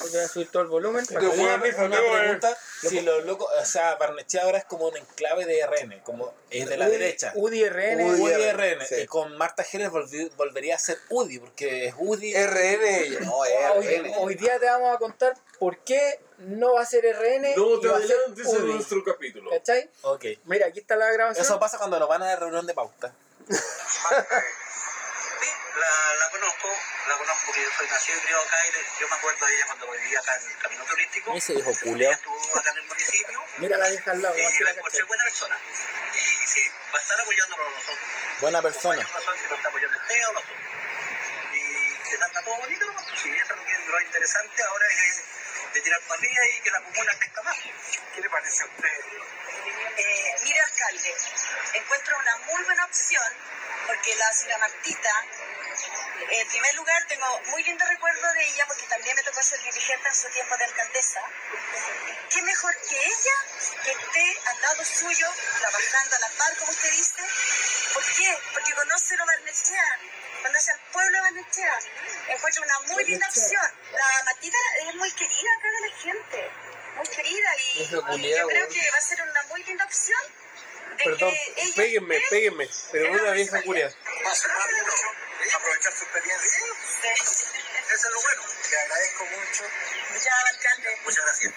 S4: voy a subir todo el volumen. para
S1: Pero
S4: que-
S1: bueno,
S5: Una,
S1: rifa,
S5: una
S1: tío, eh.
S5: pregunta, si los locos, o sea, Barnechea ahora es como un enclave de RN, como es de la
S4: UDI
S5: derecha.
S4: UDRN.
S3: UDI,
S5: UDI RN.
S3: sí.
S5: Y con Marta Jerez volvi- volvería a ser UDI, porque es UDI.
S1: RN ella.
S3: No,
S4: Hoy,
S3: RN.
S4: hoy día te vamos a contar por qué no va a ser RN.
S6: No
S4: y
S6: te
S4: va a ser
S6: adelantes en
S4: UDI,
S6: nuestro
S1: <laughs>
S6: capítulo.
S4: ¿Cachai?
S5: Ok.
S4: Mira, aquí está la grabación.
S5: Eso pasa cuando nos van a la reunión de pauta.
S7: Sí, la, la conozco, la conozco porque yo soy nacido y criado acá y le- yo me acuerdo de ella cuando vivía acá en el camino turístico.
S5: Ese dijo
S7: Ella
S5: Julio.
S7: estuvo acá en el
S4: <laughs>
S7: municipio
S4: Mira la vieja al lado. más
S7: y
S4: que
S7: la
S4: la
S7: encontré
S4: cachai.
S7: buena persona. Y sí, va a estar apoyándonos a nosotros.
S5: Buena
S7: Con
S5: persona.
S7: mayor razón si nos está apoyando usted o nosotros. Y que salga todo bonito, ¿no? Si eso es lo, que- lo interesante ahora es de tirar parrilla y que la comuna crezca más. ¿Qué le parece a usted?
S8: Eh, mire, alcalde, encuentro una muy buena opción porque la señora Martita, en primer lugar, tengo muy lindo recuerdo de ella porque también me tocó ser dirigente en su tiempo de alcaldesa. ¿Qué mejor que ella que esté al lado suyo, trabajando a la par, como usted dice? ¿Por qué? Porque conoce lo Barnechea, conoce al pueblo de Barnechea. Encuentro una muy linda opción. La Martita es muy querida acá de la gente, muy querida y,
S1: Vieja
S8: y yo
S1: culiao,
S8: creo
S1: weón.
S8: que va a ser una muy linda opción. De
S1: Perdón,
S8: que Eh, ella
S1: péguenme,
S8: esté-
S1: péguenme. Pero una vieja culia.
S7: va a sumar mucho, aprovechar su experiencia. Eso es lo bueno. Le agradezco mucho.
S8: Ya, alcalde.
S7: Muchas gracias.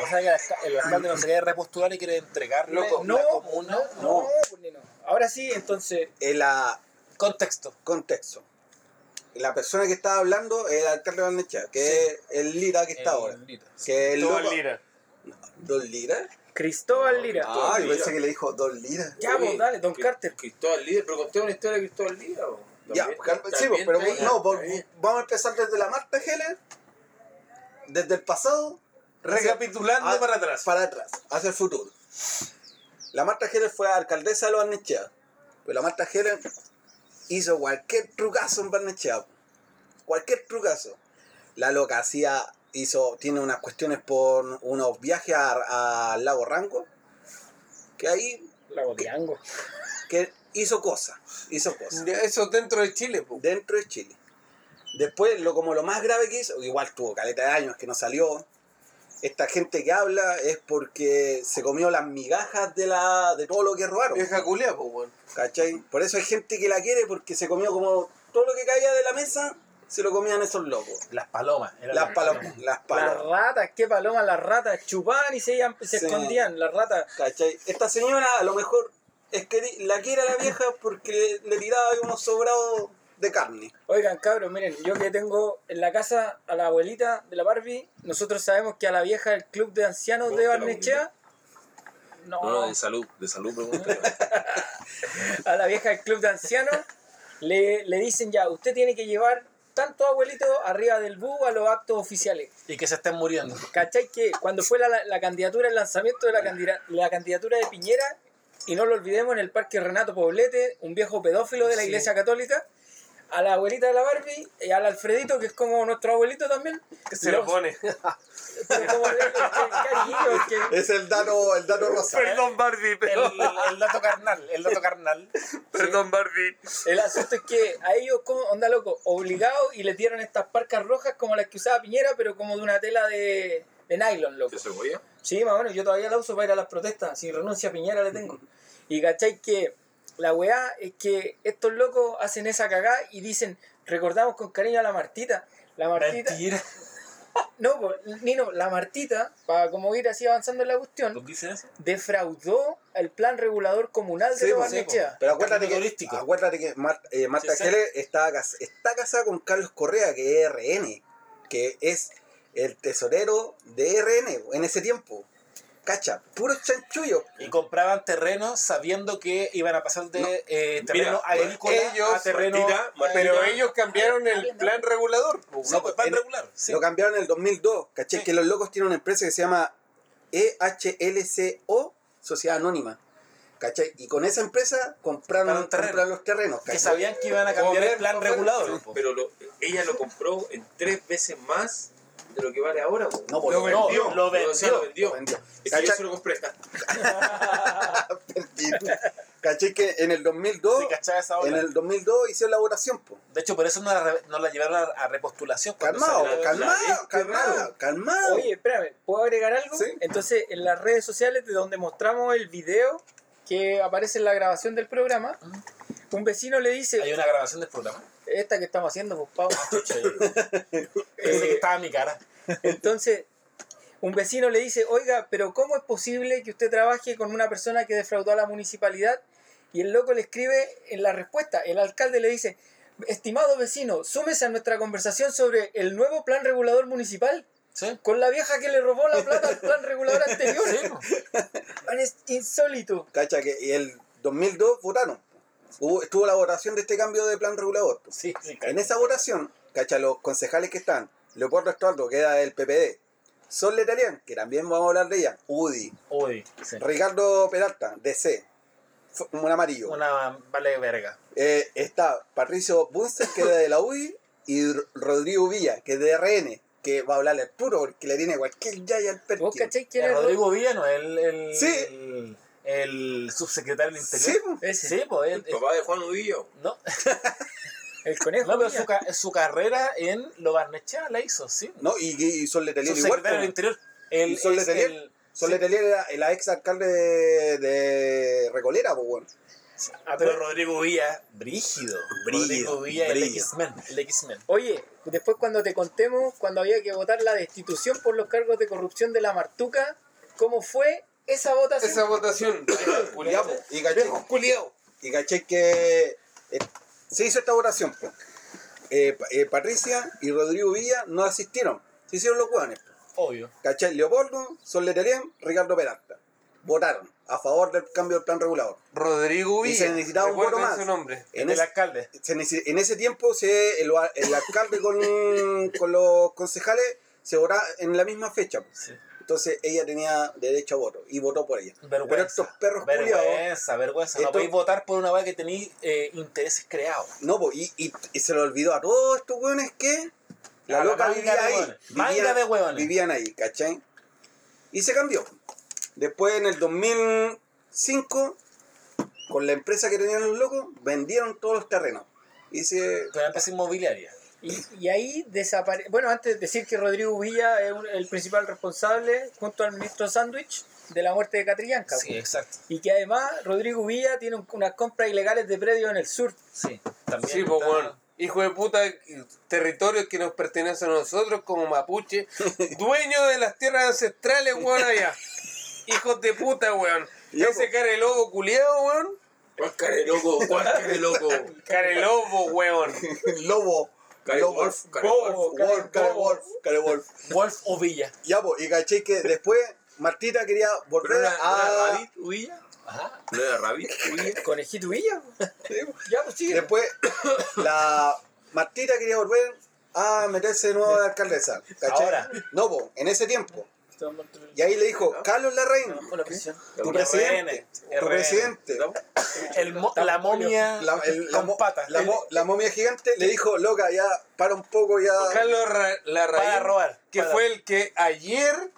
S5: O sea que el alca- el alcalde no se quiere repostular y quiere entregarle
S4: Loco,
S5: la
S4: no,
S5: comuna.
S4: No, pues, ni no. Ahora sí, entonces,
S3: El ah,
S5: Contexto.
S3: contexto. La persona que estaba hablando es el alcalde de Barnechea, que es el Lira que está ahora. Que es
S1: Todo
S3: loco-
S1: lira.
S3: ¿Dos liras?
S4: Cristóbal Lira.
S3: Ah, yo
S6: Lira.
S3: pensé que le dijo dos liras.
S4: ya,
S6: Oye,
S4: vos, dale, Don
S6: Cri-
S4: Carter.
S6: Cristóbal Líder, pero conté una historia de Cristóbal Líder. po.
S3: Ya,
S6: También-
S3: porque- sí, pues,
S6: también
S3: pero
S6: está-
S3: no, por-
S6: también.
S3: vamos a empezar desde la Marta Heller, desde el pasado,
S1: Recapitulando
S3: hacia-
S1: para atrás.
S3: Ah, para atrás, hacia el futuro. La Marta Heller fue alcaldesa de los Barnechea, pero la Marta Heller hizo cualquier trucazo en Barnechea, cualquier trucazo. La loca hacía, hizo, tiene unas cuestiones por unos viajes a- al lago Rango, que ahí,
S4: La Botiango.
S3: que hizo cosas, hizo cosas.
S1: Ya, Eso dentro de Chile, pues.
S3: dentro de Chile. Después, lo, como lo más grave que hizo, igual tuvo caleta de años que no salió. Esta gente que habla es porque se comió las migajas de, la, de todo lo que robaron.
S1: Vieja culia, pues, weón.
S3: ¿Cachai? Por eso hay gente que la quiere porque se comió como todo lo que caía de la mesa, se lo comían esos locos.
S5: Las palomas. eran
S3: Las palomas. Las
S4: Las
S3: palomas.
S4: ratas, qué palomas, las ratas chupaban y se, iban- se
S3: Sí.
S4: escondían, las ratas.
S3: ¿Cachai? Esta señora a lo mejor es que la quiere a la vieja porque le, le tiraba ahí unos sobrados de carne.
S4: Oigan, cabros, miren, yo que tengo en la casa a la abuelita de la Barbie, nosotros sabemos que a la vieja del club de ancianos
S6: ¿Cómo
S4: de
S6: que la
S4: Barnechea, no,
S6: No, no, de salud, de salud pregúntale.
S1: <laughs>
S4: a la vieja del club de ancianos, le, le dicen ya, usted tiene que llevar tanto abuelito arriba del búho a los actos oficiales.
S5: Y que se estén muriendo.
S4: ¿Cachai? Que cuando fue la, la candidatura, el lanzamiento de la, candida- la candidatura de Piñera, y no lo olvidemos, en el parque Renato Poblete, un viejo pedófilo de la Iglesia Católica, a la abuelita de la Barbie y al Alfredito, que es como nuestro abuelito también.
S1: Que se lo
S4: los-
S1: pone.
S4: pero como el- el- el cariño, es que-
S3: Es el dato, el dato
S1: <laughs>
S3: rosa.
S1: Perdón, Barbie,
S5: El,
S1: pero.
S5: el dato carnal. El dato carnal.
S1: Perdón, Barbie.
S4: El asunto es que a ellos, como, onda loco, obligados y les dieron estas parcas rojas como las que usaba Piñera, pero como de una tela de, de nylon, loco.
S6: ¿Qué cebolla?
S4: Sí, más o menos, yo todavía la uso para ir a las protestas. Si renuncia a Piñera, le tengo. Y cachai que la weá es que estos locos hacen esa cagá y dicen, recordamos con cariño a la Martita. La Martita.
S5: Mentira.
S4: No, po, Nino, la Martita, para como ir así avanzando en la cuestión,
S5: ¿Dónde dicen eso?
S4: defraudó el plan regulador comunal de
S3: Sí,
S4: los
S3: pues, sí,
S4: Barnechea.
S3: Pero acuérdate
S5: Cambio
S3: que,
S5: turístico.
S3: acuérdate que Mar- eh, Marta
S5: Sí, sí.
S3: Heller está, cas- está casada con Carlos Correa, que es RN, que es el tesorero de RN en ese tiempo. Cacha, puros chanchullos.
S5: Y compraban terrenos sabiendo que iban a pasar de
S3: No. pues,
S5: eh, terreno agrícola a
S1: ellos,
S5: terreno.
S6: Martina, Martina,
S1: Pero ellos cambiaron el plan regulador. po,
S5: No, pues, pan
S3: en-
S5: regular. sí.
S3: Lo cambiaron en el 2002, caché
S5: Sí.
S3: que los locos tienen una empresa que se llama E EHLCO, Sociedad Anónima. ¿Cachai? Y con esa empresa compraron,
S5: Compraron terreno.
S3: compraron los terrenos.
S5: Que
S3: ¿cachai?
S5: sabían que iban a cambiar el plan regulador. po.
S6: Pero lo- ella lo compró en tres veces más de lo que vale ahora. po.
S3: No, por
S5: Lo
S3: lo-
S5: vendió, lo
S6: O sea,
S5: vendió.
S6: lo vendió.
S3: lo vendió.
S6: Es que
S3: ¿Cachai?
S6: yo se lo compré.
S3: Perdido. ¿Cachai? Que en el 2002,
S5: ¿Sí cachai esa
S3: en
S5: ola?
S3: el 2002 hicieron la votación, po.
S5: De hecho, por eso no la, re- no la llevaron a, a repostulación. cuando
S3: Calmado,
S5: salió.
S3: po,
S6: la-
S3: calmado,
S6: la-
S3: calmado, calmado.
S4: Oye, espérame, ¿puedo agregar algo?
S3: Sí.
S4: Entonces, en las redes sociales de donde mostramos el video que aparece en la grabación del programa, un vecino le dice,
S5: Hay una grabación del programa.
S4: esta que estamos haciendo, pues, Pau.
S5: <laughs> Pensé que estaba mi cara.
S4: Entonces, un vecino le dice, oiga, pero ¿cómo es posible que usted trabaje con una persona que defraudó a la municipalidad? Y el loco le escribe en la respuesta, el alcalde le dice, estimado vecino, súmese a nuestra conversación sobre el nuevo plan regulador municipal
S5: Sí.
S4: con la vieja que le robó la plata al plan
S5: <laughs>
S4: regulador anterior. Man, es insólito.
S3: ¿Cachai? Que y el 2002 votaron. Hubo- estuvo la votación de este cambio de plan regulador. po.
S5: Sí, sí,
S3: En esa votación, ¿cachai? Los concejales que están, Leopoldo Estuardo, que era del PPD, Sol Letalian, que también vamos a hablar de ella, UDI,
S5: Uy, sí.
S3: Ricardo Peralta, DC, fue un amarillo.
S5: Una vale verga.
S3: Eh, está Patricio Bunster, que es de la UI, y R- Rodrigo Villa, que es de RN, que va a hablarle puro porque le tiene cualquier yaya al
S4: ¿Vos
S3: perkin.
S4: cachai quién
S5: El
S4: es
S5: Rodrigo Villa, ¿no? El, el,
S3: Sí.
S5: el, el subsecretario del Interior.
S3: Sí, po.
S4: Ese,
S5: Sí, pues.
S6: El
S5: él-
S6: papá de Juan Udillo.
S5: no,
S4: el conejo.
S5: no, pero
S4: Villa.
S5: su, ca- su carrera en Lo Barnechea la hizo, sí.
S3: ¿no? Y, y Sol Letelier igual.
S5: Subsecretario del
S3: po.
S5: Interior. El,
S3: Y Sol
S5: es
S3: Letelier.
S5: el-
S3: Sol
S5: sí,
S3: Letelier era la ex alcalde de, de Recolera, pues bueno.
S5: ah, pero Rodrigo Villa, brígido.
S3: Brígido,
S5: Rodrigo Villa, el
S3: brígido.
S5: X-Men. El X-Men.
S4: Oye, después cuando te contemos, cuando había que votar la destitución por los cargos de corrupción de la Martuca, ¿cómo fue esa votación?
S1: Esa votación.
S3: Ya, po. y caché, y caché que eh, se hizo esta votación. po. Eh, pa- eh, Patricia y Rodrigo Villa no asistieron. Se hicieron los hueones. po.
S5: Obvio.
S3: ¿Cachai? Leopoldo, Sol Letelier, Ricardo Peralta. Votaron a favor del cambio del plan regulador.
S1: Rodrigo
S3: Y
S1: Villa.
S3: se necesitaba un voto
S1: recuerden
S3: más.
S1: su nombre.
S3: En,
S5: el
S3: ese-
S5: alcalde.
S3: se nece- en ese tiempo se, el, el alcalde con, <laughs> con los concejales se votaba en la misma fecha. po.
S5: Sí.
S3: Entonces ella tenía derecho a voto y votó por ella. Pero
S5: Vergüenza.
S3: estos perros culiados...
S5: vergüenza, vergüenza. No
S3: Esto-
S5: podéis votar por una weá que tenéis eh, intereses creados.
S3: No, po, y, y- y se lo olvidó a todos estos hueones que la
S5: A la
S3: loca
S5: manga
S3: vivía
S5: de
S3: ahí.
S5: hueones.
S3: Vivía-
S5: Manga de hueones.
S3: Vivían ahí, ¿cachai? Y se cambió. Después en el 2005, con la empresa que tenían los locos, vendieron todos los terrenos. Y se
S5: <laughs> Pero una empresa inmobiliaria.
S4: Y, y ahí desaparece. Bueno, antes de decir que Rodrigo Villa es un- el principal responsable, junto al ministro Sandwich, de la muerte de Catrillanca.
S5: Sí, exacto.
S4: Y que además Rodrigo Villa tiene un- unas compras ilegales de predios en el sur.
S5: Sí, también.
S1: Sí, pues
S5: está-
S1: bueno. Hijo de puta, territorios que nos pertenecen a nosotros como mapuche,
S5: <laughs>
S1: dueño de las tierras ancestrales, weón, allá. Hijos de puta, weón.
S3: Ya,
S5: pues.
S1: Ese cara de lobo culiado, weón.
S6: Juan Careloco, Juan Careloco.
S1: Cara de lobo, weón.
S3: Lobo.
S6: Care
S3: Lobo.
S6: Wolf, Care
S3: Wolf,
S4: Wolf,
S3: Wolf, Care Wolf, Care Wolf.
S5: Wolf o Villa.
S3: Ya, pues, y caché que después Martita quería
S6: ¿Pero
S3: volver
S6: era, era
S3: a.
S6: Rabbit Udilla?
S5: Ajá.
S6: ¿No era Rabbit Udilla?
S4: Conejito Villa. <laughs> ya, pues sigue.
S3: Después, <coughs> la Martita quería volver a meterse de nuevo a la alcaldesa. ¿Cachai?
S5: Ahora.
S3: No, pues, en ese tiempo. Y ahí le dijo, Carlos Larraín,
S4: Con la prisión.
S3: tu
S5: RN,
S3: presidente. Tu
S5: RN.
S3: presidente.
S6: ¿No?
S5: El mo- la momia
S3: La, el- la
S5: con
S3: mo-
S5: patas.
S3: la
S5: El-
S3: mo- la momia gigante le dijo, loca, ya para un poco, ya.
S1: Carlos Ra- Larraín,
S5: Para robar,
S1: que
S5: para-
S1: fue el que ayer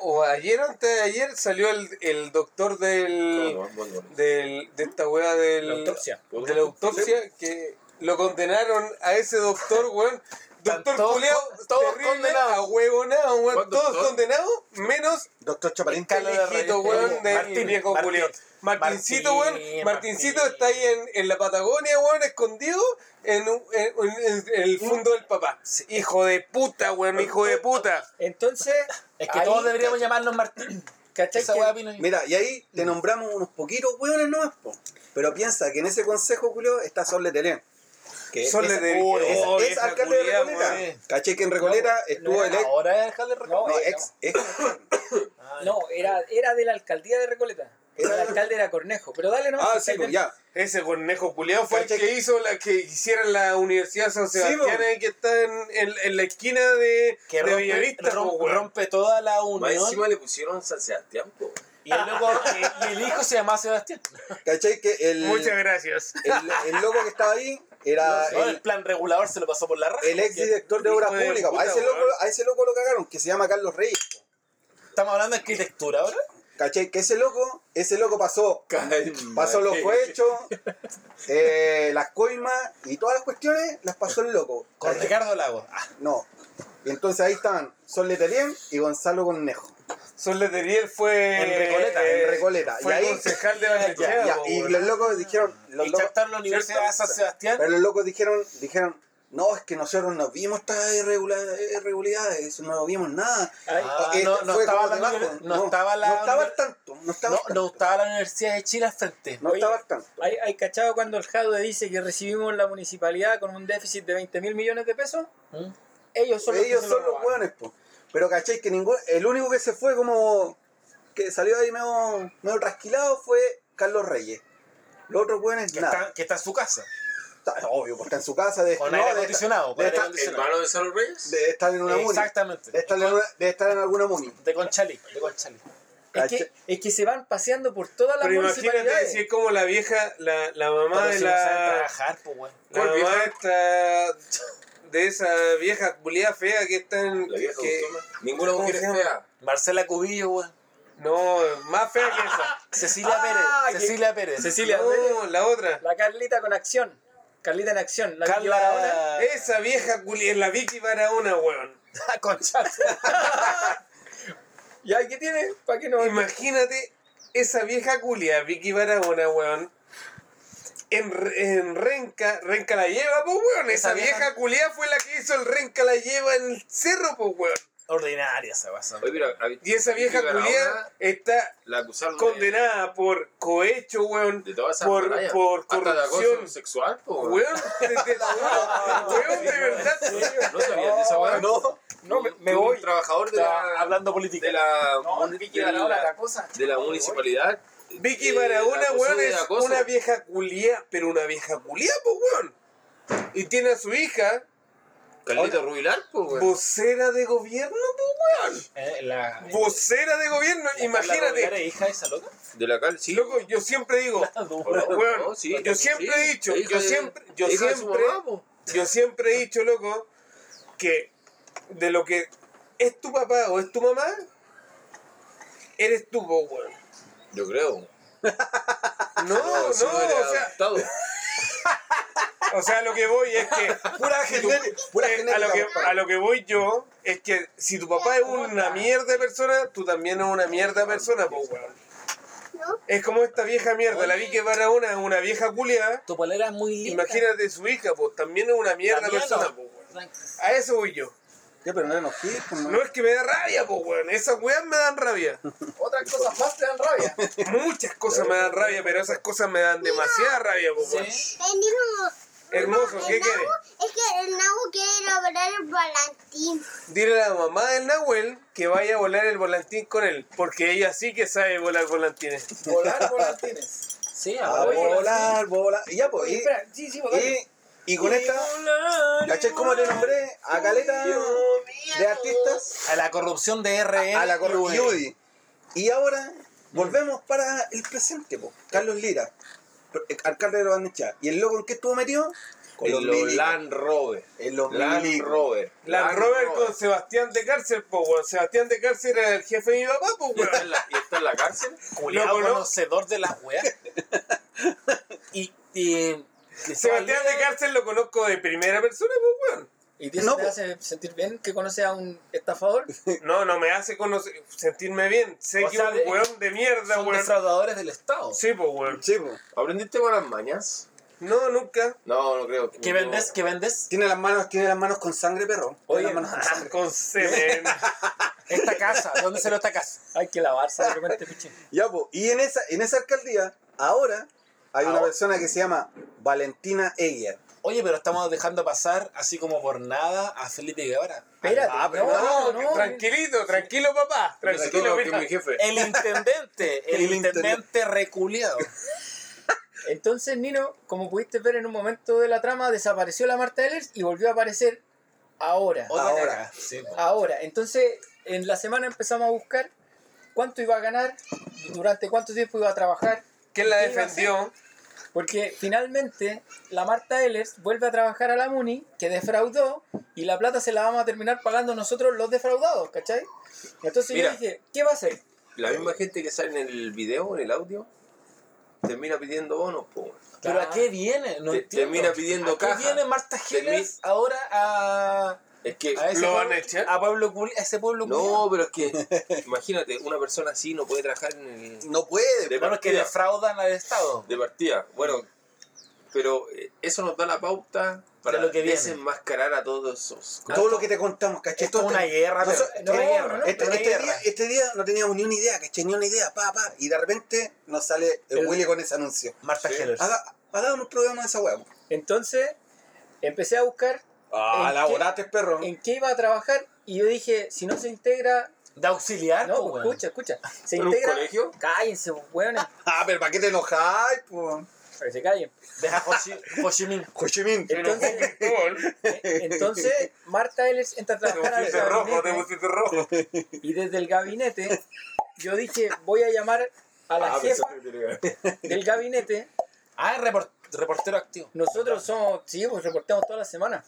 S1: o ayer antes de ayer salió el, el doctor del,
S6: No, no, no, no.
S1: del de esta wea del
S4: La autopsia.
S1: de la autopsia que lo condenaron a ese doctor, weón.
S5: Están
S1: Doctor
S5: todos
S1: Julián,
S5: con- todos condenados.
S1: A huevonao, weón.
S6: ¿Cuál
S1: Todos
S6: doctor?
S1: condenados, menos
S3: Doctor Chapalín.
S5: Carlos
S1: el hijito,
S5: Larraín.
S1: weón, del
S5: Martín,
S1: viejo
S5: Martín.
S1: Julián. Martincito,
S5: Martín,
S1: weón. Martincito
S5: Martín.
S1: está ahí en, en la Patagonia, weón, escondido en, un- en- en- en el
S5: ¿Mm?
S1: fondo del papá. Hijo de puta, weón, hijo de puta.
S4: Entonces.
S5: Es que
S4: ahí-
S5: todos deberíamos llamarnos Martín.
S4: ¿Cachai?
S5: Esa
S4: que-
S5: weá vino y-
S3: Mira, y ahí te nombramos unos poquitos hueones nomás, po. Pero piensa que en ese consejo, Julio, está Sol Letelén. Que
S5: Eh,
S1: Sol
S3: es,
S1: Letelén.
S3: es- es
S6: Oh, vieja
S3: alcalde de
S6: culiá,
S3: Recoleta.
S5: weón.
S3: Caché que en Recoleta estuvo el ex.
S5: Ahora es alcalde de Recoleta.
S3: no, ex, ex-
S5: Ah,
S4: No, era, era de la alcaldía de Recoleta.
S3: Era
S4: El
S3: de-
S4: alcalde era Cornejo. Pero dale, ¿no?
S3: Ah, sí, pues ya.
S1: Ese cornejo culiao fue el
S3: Cacha
S1: que
S3: que-
S1: hizo la que hicieron la Universidad San
S3: Sí,
S1: Sebastián
S3: po.
S1: ahí que está en, en- en la esquina de,
S5: Que
S1: de
S5: rompe,
S1: Bellavista.
S5: rom-
S1: po, weón.
S5: rompe toda la
S6: Más
S5: unión.
S6: encima le pusieron San Sebastián, po.
S5: Y el, <laughs> loco, eh, y el hijo se llama Sebastián.
S3: Caché que
S1: <laughs>
S3: el,
S1: Muchas gracias.
S3: el, el loco que estaba ahí era
S5: No, Ah, el,
S3: el,
S5: plan regulador se lo pasó por la raja.
S3: el ex
S5: porque
S3: director de
S1: Hijo
S3: Obras
S1: de
S3: Públicas.
S1: puta,
S3: a, ese loco,
S1: weón.
S3: a ese loco lo cagaron, que se llama Carlos Reyes. po.
S5: Estamos hablando de arquitectura ahora.
S3: ¿Cachai? Que ese loco, ese loco pasó, pasó los cohechos, eh, las coimas y todas las cuestiones las pasó el loco.
S5: Con
S3: ¿Cachai?
S5: Ricardo Lago. Ah,
S3: No. Y entonces ahí estaban Sol Leterien y Gonzalo Cornejo.
S1: Sol Leteriel fue.
S5: En Recoleta, en
S1: eh,
S3: Recoleta.
S1: Fue
S3: Y ahí-
S1: concejal de
S3: Ya,
S1: Barnechea.
S3: ya,
S1: po,
S3: y
S1: weón.
S3: los locos dijeron, los
S5: y
S3: locos-
S5: captaron la Universidad de San Sebastián.
S3: pero los locos dijeron, dijeron, no, es que nosotros no vimos estas irregula- irregularidades, no vimos nada.
S4: Ay,
S5: Ah,
S3: Eh,
S5: no,
S3: eh,
S5: no
S3: fue
S5: estaba
S3: como
S5: la
S3: debajo,
S5: univers- no estaba la
S3: no estaba
S5: univers-
S3: al tanto, no estaba
S5: No,
S3: al tanto,
S5: no estaba la Universidad de Chile al frente.
S3: no
S4: Oye,
S3: estaba al tanto.
S4: ¿Hay, hay cachado cuando el Jadwe dice que recibimos la municipalidad con un déficit de 20 mil millones de pesos?
S5: ¿Mm?
S4: Ellos son los
S3: Ellos
S4: que se lo
S3: son los
S4: robaron.
S3: hueones, po. Pero cachéis que ningún, el único que se fue como que salió ahí medio, medio rasquilado fue Carlos Reyes. Los otros hueones
S5: Que,
S3: nada.
S5: está, que está en su casa.
S3: Está- obvio, pues está en su casa de
S5: Con
S3: no,
S5: aire
S3: de-
S5: acondicionado. Con
S3: de-
S5: aire
S3: de-
S5: acondicionado.
S6: ¿Hermano de Salo Reyes?
S3: de estar en una muni.
S5: Exactamente.
S3: De estar en una- de estar en alguna muni.
S5: De Conchalí. De Conchalí.
S4: Es que,
S3: Cacha-
S4: es que se van paseando por todas las
S1: Pero imagínate
S4: municipalidades.
S1: si es como la vieja, la, la mamá
S5: Pero
S1: de
S5: si no saben
S1: la.
S5: trabajar, pues, weón.
S1: La
S6: ¿Cuál
S1: mamá
S6: vieja?
S1: esta- de esa vieja culiada fea que está en.
S6: La vieja
S1: que-
S6: Gustoma. Ninguna
S1: ¿Cómo
S6: mujer es
S1: se llama?
S6: fea.
S5: Marcela Cubillo, weón.
S1: No, más fea que esa.
S5: Cecilia Pérez. Cecilia Pérez.
S4: Cecilia Pérez.
S1: No, la otra.
S4: La Carlita con acción. Carlita en acción. La que lleva la hora.
S5: Carla.
S1: Esa vieja culiada, la Vicky Barahona, weón.
S5: Conchazo.
S4: ¿Y ahí qué tiene? ¿Para qué no?
S1: Imagínate esa vieja culia, Vicky Barahona, weón. En, en Renca, Renca la lleva, pues weón. Esa,
S5: Esa
S1: vieja,
S5: vieja-
S1: culia fue la que hizo el Renca la lleva en el cerro, pues weón.
S5: Ordinaria esa pasa.
S6: Oye, mira, a-
S1: Y esa vieja
S6: Vicky
S1: culia
S6: Barahona
S1: está
S6: La acusaron de-
S1: condenada por cohecho, weón.
S6: de todas esas
S1: Por,
S6: barallas.
S1: por
S6: Hasta de acoso
S1: corrupción.
S6: sexual, po, weón.
S1: Weón, <laughs> te- te lo juro, weón, de verdad.
S6: No sabías de esa weá.
S5: No,
S4: No, me, me
S6: Tú,
S4: voy.
S6: Un trabajador de
S5: está
S6: la,
S5: hablando política.
S6: de la,
S4: No,
S6: de
S4: Vicky
S6: la-
S4: Barahona, la cosa.
S6: de la municipalidad.
S1: Vicky
S6: eh,
S1: Barahona,
S6: acusó
S1: weón,
S6: de
S1: es
S6: acoso.
S1: una vieja culia, pero una vieja culia, pues weón. Y tiene a su hija,
S6: Carlito Rubilar, po, weón.
S1: vocera de gobierno, pues weón.
S5: Eh, la,
S1: Vocera de gobierno, imagínate.
S5: ¿Era hija de esa loca?
S6: De la cal, sí.
S1: Loco, yo siempre digo,
S5: La dura.
S1: weón,
S6: No, sí,
S1: yo
S6: sí,
S1: siempre
S6: sí.
S1: he dicho,
S6: Hija
S1: yo
S6: de-
S1: siempre, yo
S6: hija de su
S1: siempre,
S6: mamá, po.
S1: yo siempre he dicho, loco, que de lo que es tu papá o es tu mamá, eres tú, po,
S6: <laughs>
S1: weón.
S6: Yo creo.
S1: No, no,
S6: si no eres
S1: o sea,
S6: adoptado.
S1: O sea, a lo que voy es que.
S6: <laughs>
S3: Pura genética, pura
S1: eh,
S3: genética,
S1: a, lo que,
S3: compadre.
S1: a lo que voy yo es que si tu papá es una mierda de persona, tú también eres una mierda de persona, po, weón. Es como esta vieja mierda, la vi que para una, una vieja culia.
S5: Tu polera es muy linda.
S1: Imagínate su hija, pues también es una mierda
S5: La mía
S1: persona,
S5: no.
S1: po, weón. A eso voy yo.
S3: Ya, pero no enojís, pues, no.
S1: No es que me da rabia, po, weón. Esas weas me dan
S3: <laughs>
S1: rabia.
S4: Otras cosas más te dan rabia.
S1: Muchas cosas me dan rabia, pero esas cosas me dan demasiada rabia, po, weón. Hermoso,
S9: quiere?
S1: ¿qué quieres?
S9: Es que el nabo quiere lograr el volantín.
S1: Dile a la mamá del Nahuel que vaya a volar el volantín con él, porque ella sí que sabe volar volantines.
S4: Volar volantines.
S5: Sí,
S3: A
S5: ahora.
S3: Ah, volar, volar. Y ya, pues,
S4: Oye,
S3: y,
S4: espera, sí, sí,
S3: y, y con esta, ¿cachai cómo te nombré? A Caleta de artistas,
S5: A la corrupción de RN.
S3: a la
S5: y UDI.
S3: Corrupción. Y ahora
S5: Mm.
S3: volvemos para el presente, po. Carlos Lira, eh, alcalde de los Barnechea. ¿Y el loco en qué estuvo metido? Con los
S6: En los
S3: milicos.
S6: Land Rover.
S3: En los
S6: Land
S3: milicos.
S6: Rover.
S3: Ah,
S1: La Robert con Sebastián de Cárcel, po, weón. Sebastián de Cárcel era el jefe de mi papá, po,
S6: ¿Y está en
S1: weón.
S6: la- y está en la cárcel?
S5: Culeado
S1: Loco, ¿no?
S5: conocedor de las weas. y. y que
S1: Sebastián de Cárcel lo conozco de primera persona, po, weón.
S4: ¿Y eso
S3: No,
S4: te
S3: po.
S4: hace sentir bien que conoces a un <laughs> estafador?
S1: No, no me hace conocer, sentirme bien. Sé
S5: O
S1: que
S5: sea,
S1: un
S5: de-
S1: weón de mierda,
S5: son
S1: weón.
S5: defraudadores del Estado.
S1: Sí, po, weón.
S3: Sí, po.
S6: ¿Aprendiste con las mañas?
S1: No,
S5: <laughs>
S1: nunca.
S6: No, no creo.
S5: ¿Qué
S6: no.
S5: vendes? ¿Qué vendes? <laughs>
S3: Tiene las manos, tiene las manos con sangre, perro. Tiene las manos con sangre.
S1: Con semen.
S5: Esta casa, ¿de dónde salió esta casa?
S4: Hay que lavarse de repente, pichín.
S3: Ya, po. Y en esa, en esa alcaldía, ahora hay una
S5: Ahora.
S3: persona que se llama Valentina Eguer.
S5: Oye, pero estamos dejando pasar, así como por nada, a Felipe Guevara.
S4: Espérate,
S5: Ah, pero
S4: no, no,
S1: Tranquilito, tranquilo, papá. Tranquilo,
S6: Tranquilo, que es
S1: mira.
S6: mi jefe.
S5: El intendente, el,
S3: El
S5: intendente,
S3: intendente.
S5: reculeado.
S4: Entonces, Nino, como pudiste ver en un momento de la trama, desapareció la Marta Ellers y volvió a aparecer ahora.
S5: Otra
S3: Ahora.
S5: caca. Sí, po.
S4: Ahora, entonces, en la semana empezamos a buscar cuánto iba a ganar, durante cuánto tiempo iba a trabajar,
S1: ¿Quién la
S4: ¿Qué iba a
S1: defendió?
S4: porque finalmente la Marta Ellers vuelve a trabajar a la Muni, que defraudó, y la plata se la vamos a terminar pagando nosotros los defraudados, ¿cachai? Entonces
S6: Mira.
S4: yo dije, ¿qué va a hacer?
S6: La misma gente que sale en el video, en el audio, termina pidiendo bonos, po. weón.
S5: ¿Pero a qué viene? No
S6: Te-
S5: entiendo.
S6: termina pidiendo
S5: ¿A qué
S6: caja.
S5: viene Marta Giles ahora a,
S6: Es que,
S5: a ese
S1: ¿Lo van
S5: pueblo,
S1: a echar?
S5: a pueblo culi- a ese pueblo culiao?
S6: no, pero
S5: <laughs>
S6: es que, imagínate, una persona así no puede trabajar en el...
S3: No puede.
S6: De
S5: Bueno, es que
S6: partida,
S5: defraudan al Estado.
S6: de partida. Bueno, pero eh, eso nos da la pauta para
S5: De lo que viene.
S6: desenmascarar a todos esos.
S3: Todo lo que te contamos, ¿cachai?
S5: Esto es
S3: Todo
S5: una
S3: te-
S5: guerra, pero-
S3: Nosotros-
S5: esto es una
S4: no,
S5: guerra.
S4: no, no,
S3: Este,
S5: esto es una
S3: este día,
S5: guerra.
S3: este día no teníamos ni una idea, ¿cachai? Ni una idea, pa, pa. Y de repente nos sale el,
S4: El-
S3: Willy con ese anuncio.
S5: Marta
S6: Sí.
S5: Heller.
S3: Haga- Hagamos un programa de esa hueá. po.
S4: Entonces, empecé a buscar
S3: Ah,
S4: ¿En
S3: la
S4: qué?
S3: volaste, perro.
S4: en qué iba a trabajar y yo dije, si no se integra
S5: De auxiliar,
S4: No,
S5: po,
S4: pues,
S5: weón.
S4: escucha, escucha. Se
S6: ¿En un
S4: integra.
S6: colegio?
S4: Cállense, pues, weones.
S3: Ah, pero ¿para qué te enojáis, po?
S4: Para que se callen.
S5: Deja Ho Chi- Ho Chi Minh.
S3: Ho Chi Minh.
S4: Entonces, eh, entonces Marta Ellers entra a trabajar al
S1: Pusiste rojo, te
S4: gabinete
S1: pusiste
S5: <laughs>
S1: rojo.
S4: y desde el gabinete yo dije, voy a llamar a la
S6: Ah,
S3: pues,
S6: pensé
S4: jefa
S6: que tenía-
S4: del gabinete.
S5: Ah, es repor- reportero activo.
S4: Nosotros somos, sí, pues reportamos toda la
S5: <laughs>
S4: semana.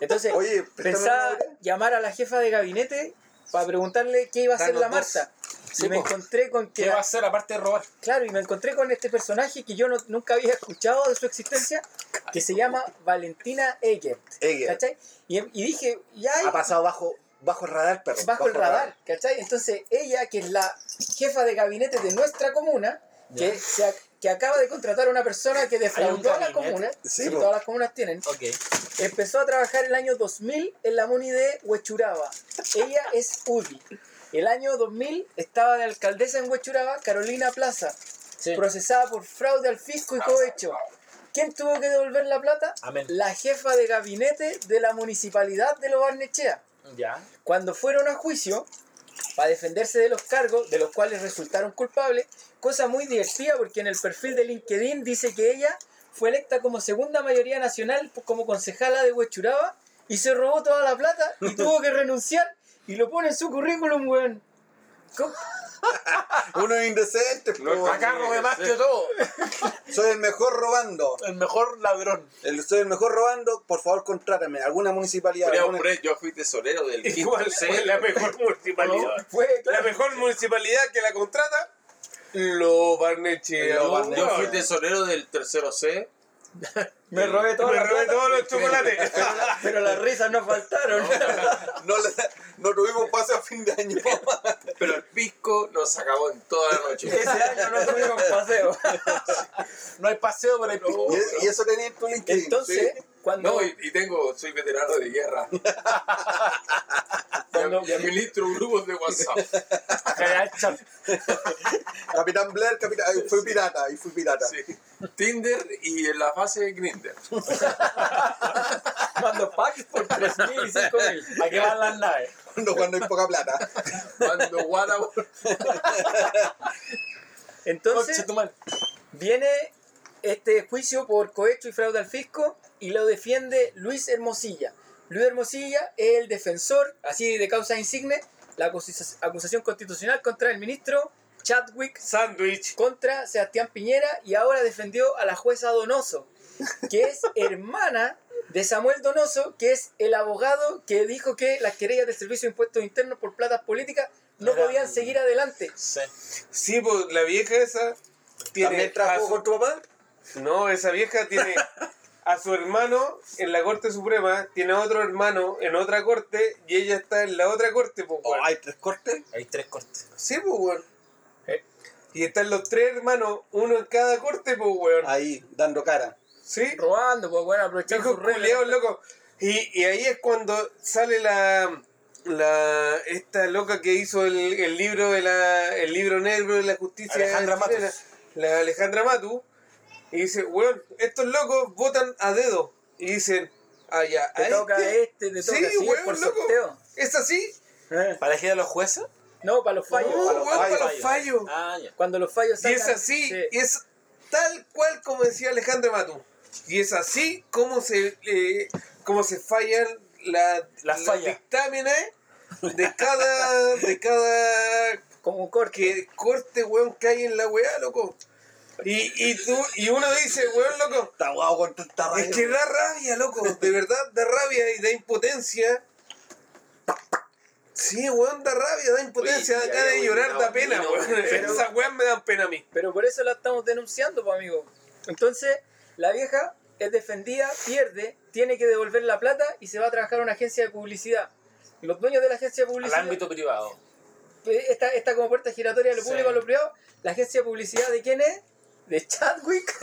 S4: Entonces,
S3: Oye,
S4: pensaba
S3: préstame una hora.
S4: llamar a la jefa de gabinete para preguntarle qué iba a hacer
S5: Danos
S4: la
S5: dos.
S4: Marta.
S5: Sí,
S4: y me
S5: po.
S4: encontré con que
S5: ¿Qué va a hacer aparte de robar?
S4: Claro, y me encontré con este personaje que yo no- nunca había escuchado de su existencia, que se llama Valentina Eggert.
S3: Eggert.
S4: ¿Cachai? Y, y dije, ya
S3: Ha pasado bajo, bajo el radar, perro.
S4: bajo, el radar, ¿cachai? Entonces ella, que es la jefa de gabinete de nuestra comuna, que, se ac- que acaba de contratar a una persona que defraudó a la
S5: gabinete?
S4: comuna,
S3: Sí,
S4: y
S3: po.
S4: todas las comunas tienen,
S5: Ok.
S4: empezó a trabajar el año 2000 en la MUNI de Huechuraba. Ella es UDI. El año 2000 estaba de alcaldesa en Huechuraba, Carolina Plaza, procesada por fraude al fisco y cohecho. ¿Quién tuvo que devolver la plata?
S5: Amén.
S4: La jefa de gabinete de la municipalidad de Lo Barnechea.
S5: Ya.
S4: Cuando fueron a juicio, para defenderse de los cargos, de los cuales resultaron culpables, cosa muy divertida porque en el perfil de LinkedIn dice que ella fue electa como segunda mayoría nacional pues, como concejala de Huechuraba y se robó toda la plata <laughs> y tuvo que renunciar y lo pone en su currículum, weón. ¿Cómo?
S3: Uno es indecente, po.
S6: No,
S5: Acá robé más que todo.
S3: Soy el mejor robando.
S5: El mejor ladrón.
S3: El- soy el mejor robando. Por favor, contrátame. Alguna municipalidad.
S6: Pero,
S3: alguna-
S6: hombre, yo fui tesorero del quinto
S1: Igual
S6: C.
S1: fue la
S5: <laughs>
S1: mejor municipalidad.
S4: Fue,
S1: La mejor municipalidad que la contrata, lo barnechea.
S3: Lo
S6: Yo
S3: Barnechea.
S6: fui tesorero del tercero C.
S4: me robé toda
S1: Me
S4: la
S1: robé
S4: plata,
S1: todos los chocolates. <laughs>
S4: pero las risas no faltaron.
S3: No, le- no tuvimos pase a fin de año.
S6: Pero el pisco nos acabó en toda la noche.
S4: Ese año no tuvimos <laughs> paseo.
S5: No hay paseo, pero hay pico.
S3: y, <laughs> y eso tenía en tu LinkedIn.
S4: Entonces,
S3: ¿sí?
S4: cuando...
S6: <laughs> No, y, y tengo, soy veterano
S1: <laughs>
S6: de guerra.
S4: Cuando-
S6: Y administro grupos
S1: <laughs>
S6: de WhatsApp.
S4: Cacha.
S3: Capitán Blair, capitán, ay, fui pirata. Y fui pirata.
S6: Sí. Tinder y en la fase de Grindr.
S4: Mando packs por 3.000 y 5.000.
S5: ¿A qué van las naves?
S3: Cuando, cuando hay poca plata.
S6: Cuando Guara
S4: Entonces
S5: Concha tu madre.
S4: viene este juicio por cohecho y fraude al fisco y lo defiende Luis Hermosilla. Luis Hermosilla es el defensor, así de causa insigne, la acusa- acusación constitucional contra el ministro Chadwick
S1: Sándwich.
S4: contra Sebastián Piñera y ahora defendió a la jueza Donoso, que
S5: <laughs>
S4: es hermana de Samuel Donoso, que es el abogado que dijo que las querellas del Servicio de Impuestos Internos por platas políticas no
S5: Era-
S4: podían seguir adelante.
S5: Sí.
S1: Sí, pues la vieja esa tiene.
S3: ¿También trabajó
S1: a su-
S3: con tu papá?
S1: No, esa vieja tiene a su hermano en la Corte Suprema, tiene a otro hermano en otra corte y ella está en la otra corte, pues,
S3: Oh,
S1: weón.
S3: ¿Hay tres cortes?
S5: Hay tres
S3: Oh.
S5: cortes.
S1: Sí, pues, weón.
S3: Eh.
S1: Y están los tres hermanos, uno en cada corte, pues, weón.
S3: Ahí, dando cara.
S1: Sí.
S4: Robando, pues bueno, aprovechar
S1: Chicos
S4: sus redes.
S1: culiados, loco. Y, y ahí es cuando sale la, la, esta loca que hizo el, el libro de la, el libro negro de la justicia
S5: Alejandra Matus.
S1: chilena, la Alejandra Matu y dice bueno estos locos votan a dedo y dicen ah ya
S4: Te
S1: a
S4: toca este, te toca así,
S1: weón,
S4: por
S1: loco,
S4: sorteo.
S1: es así
S4: Eh,
S5: ¿Para elegir a los jueces?
S4: No, para los fallos.
S1: No,
S4: Para los
S1: weón,
S4: fallos.
S1: para los fallos
S5: Ah, ya.
S4: Cuando los fallos
S1: y es
S4: sacan-
S1: así
S4: sí.
S1: y es tal cual como decía Alejandra Matu y es así como se eh, como se fallan la,
S5: Las fallas.
S1: dictámenes de cada de cada
S4: como corte.
S1: que corte, weón, que hay en la weá, loco. Y, y tú, y uno dice, weón, loco,
S3: Está guau con tanta rabia.
S1: es que
S3: <laughs>
S1: da rabia, loco, de verdad da rabia y da impotencia. Sí, weón, da rabia, da impotencia,
S6: Oye,
S1: da
S6: ya,
S1: ganas de
S6: ya, weón,
S1: llorar,
S6: no,
S1: da pena,
S6: no,
S1: weón.
S6: pero-
S1: Esas weas me dan pena a mí.
S4: Pero por eso la estamos denunciando, pues, amigo. Entonces, la vieja es defendida, pierde, tiene que devolver la plata y se va a trabajar a una agencia de publicidad. Los dueños de la agencia de
S5: Al
S4: publicidad,
S5: ámbito privado.
S4: esta, esta como puerta giratoria de lo
S5: Sí.
S4: público a lo privado, la agencia de publicidad de quién es? De Chadwick.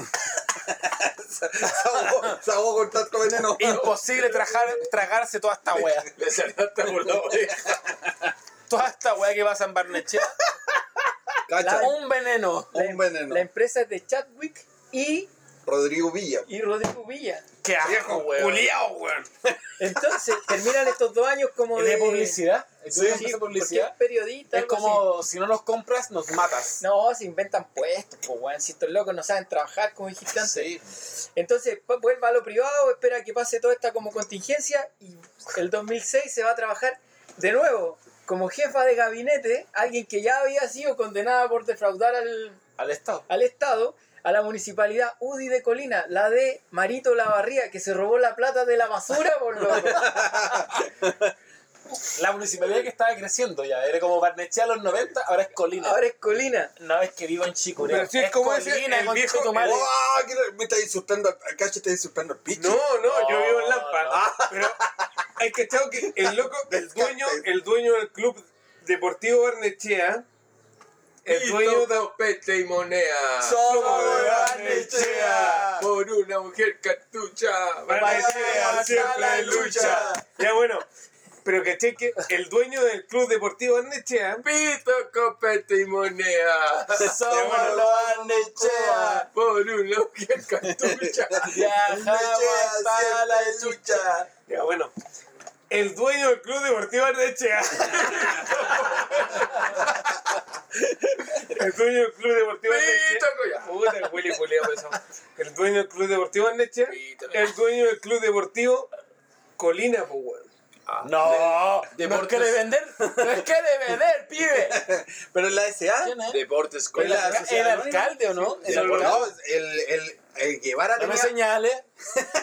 S3: Se ahogó- se ahogó con tanto veneno.
S5: Imposible trajar- tragarse toda esta wea. Le salió hasta por la oreja. Toda esta wea que pasa en Barnechea.
S3: Cacha,
S4: La-
S5: Un veneno.
S4: La,
S3: Un veneno.
S4: la empresa es de Chadwick y,
S3: Rodrigo Villa.
S4: y Rodrigo Villa.
S5: Qué asco, weón.
S1: Culeado, weón.
S4: Entonces, terminan estos dos años como
S5: ¿Es
S4: de,
S5: de publicidad? ¿Es
S4: Sí,
S5: de empresa de
S4: porque
S5: publicidad?
S4: es periodista.
S5: Es
S4: algo así.
S5: como si no nos compras, nos matas.
S4: No, se inventan puestos, pues, weón. Si estos locos no saben trabajar, como dijiste antes.
S5: Sí.
S4: Entonces, pa- vuelva a lo privado, espera que pase toda esta como contingencia y el 2006 se va a trabajar de nuevo como jefa de gabinete, alguien que ya había sido condenada por defraudar al,
S5: Al Estado.
S4: al Estado, a la municipalidad UDI de Colina, la de Marito Lavarría, que se robó la plata de la basura, por loco.
S5: La municipalidad que estaba creciendo ya. Era como Barnechea a los 90, ahora es Colina.
S4: Ahora es Colina.
S5: No es que vivo en Chicureo.
S1: Pero si es como ese, el
S5: concha
S1: viejo-
S5: tu madre.
S3: ¡Ah! que Me está insultando. al- Cacha está insultando al picho.
S1: No, no, yo vivo en
S5: No,
S1: Lampa.
S5: no.
S1: Pero hay que echar que el
S5: <laughs>
S1: loco, el dueño, el dueño del club deportivo Barnechea, <laughs> el dueño de
S6: pete y moneda.
S3: Somos
S1: de
S3: Barnechea.
S6: Por una mujer cartucha.
S1: Barnechea siempre hay lucha. Ya bueno, pero caché que el dueño del club deportivo Barnechea,
S6: Pito, copete y moneda.
S1: Ya, bueno.
S5: Somos los Barnechea.
S6: Por una mujer
S3: <laughs>
S6: cartucha.
S5: Viajamos hasta la
S3: lucha.
S1: ya bueno, el dueño del club deportivo ah? Barnechea. El dueño del club deportivo
S6: Pito,
S1: Barnechea.
S6: coya.
S1: Puta, el Willy culiao, pues, son. El dueño del club deportivo Barnechea, el dueño del club deportivo Colina, pues weón.
S5: No, no
S6: Deportes.
S5: quiere vender, no quiere vender, pibe.
S3: Pero en la SA.
S5: ¿Quién es?
S6: Deportes
S3: ¿En
S6: Colina.
S3: la
S5: ¿El
S3: sociedad anónima?
S5: alcalde o no? ¿El
S3: El,
S5: alcalde?
S3: no, el, el, el Guevara
S5: No me
S3: tenía,
S5: señales.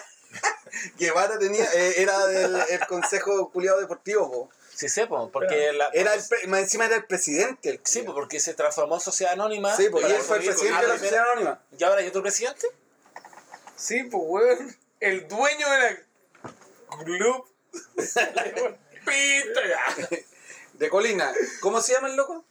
S3: <laughs> Guevara tenía eh, era del el Consejo Culiado Deportivo, po.
S5: Sí, sepo, porque la,
S3: Era el pre- más encima era el presidente. El,
S5: sí, po, porque se transformó en sociedad anónima.
S3: Sí, po, y
S5: Para
S3: él fue el presidente
S5: conseguir
S3: de
S5: con-
S3: la sociedad anónima.
S5: ¿Y ahora hay otro presidente?
S1: Sí, pues weón, el dueño de la club
S6: Pito, ya.
S3: De Colina. ¿Cómo se llama el loco?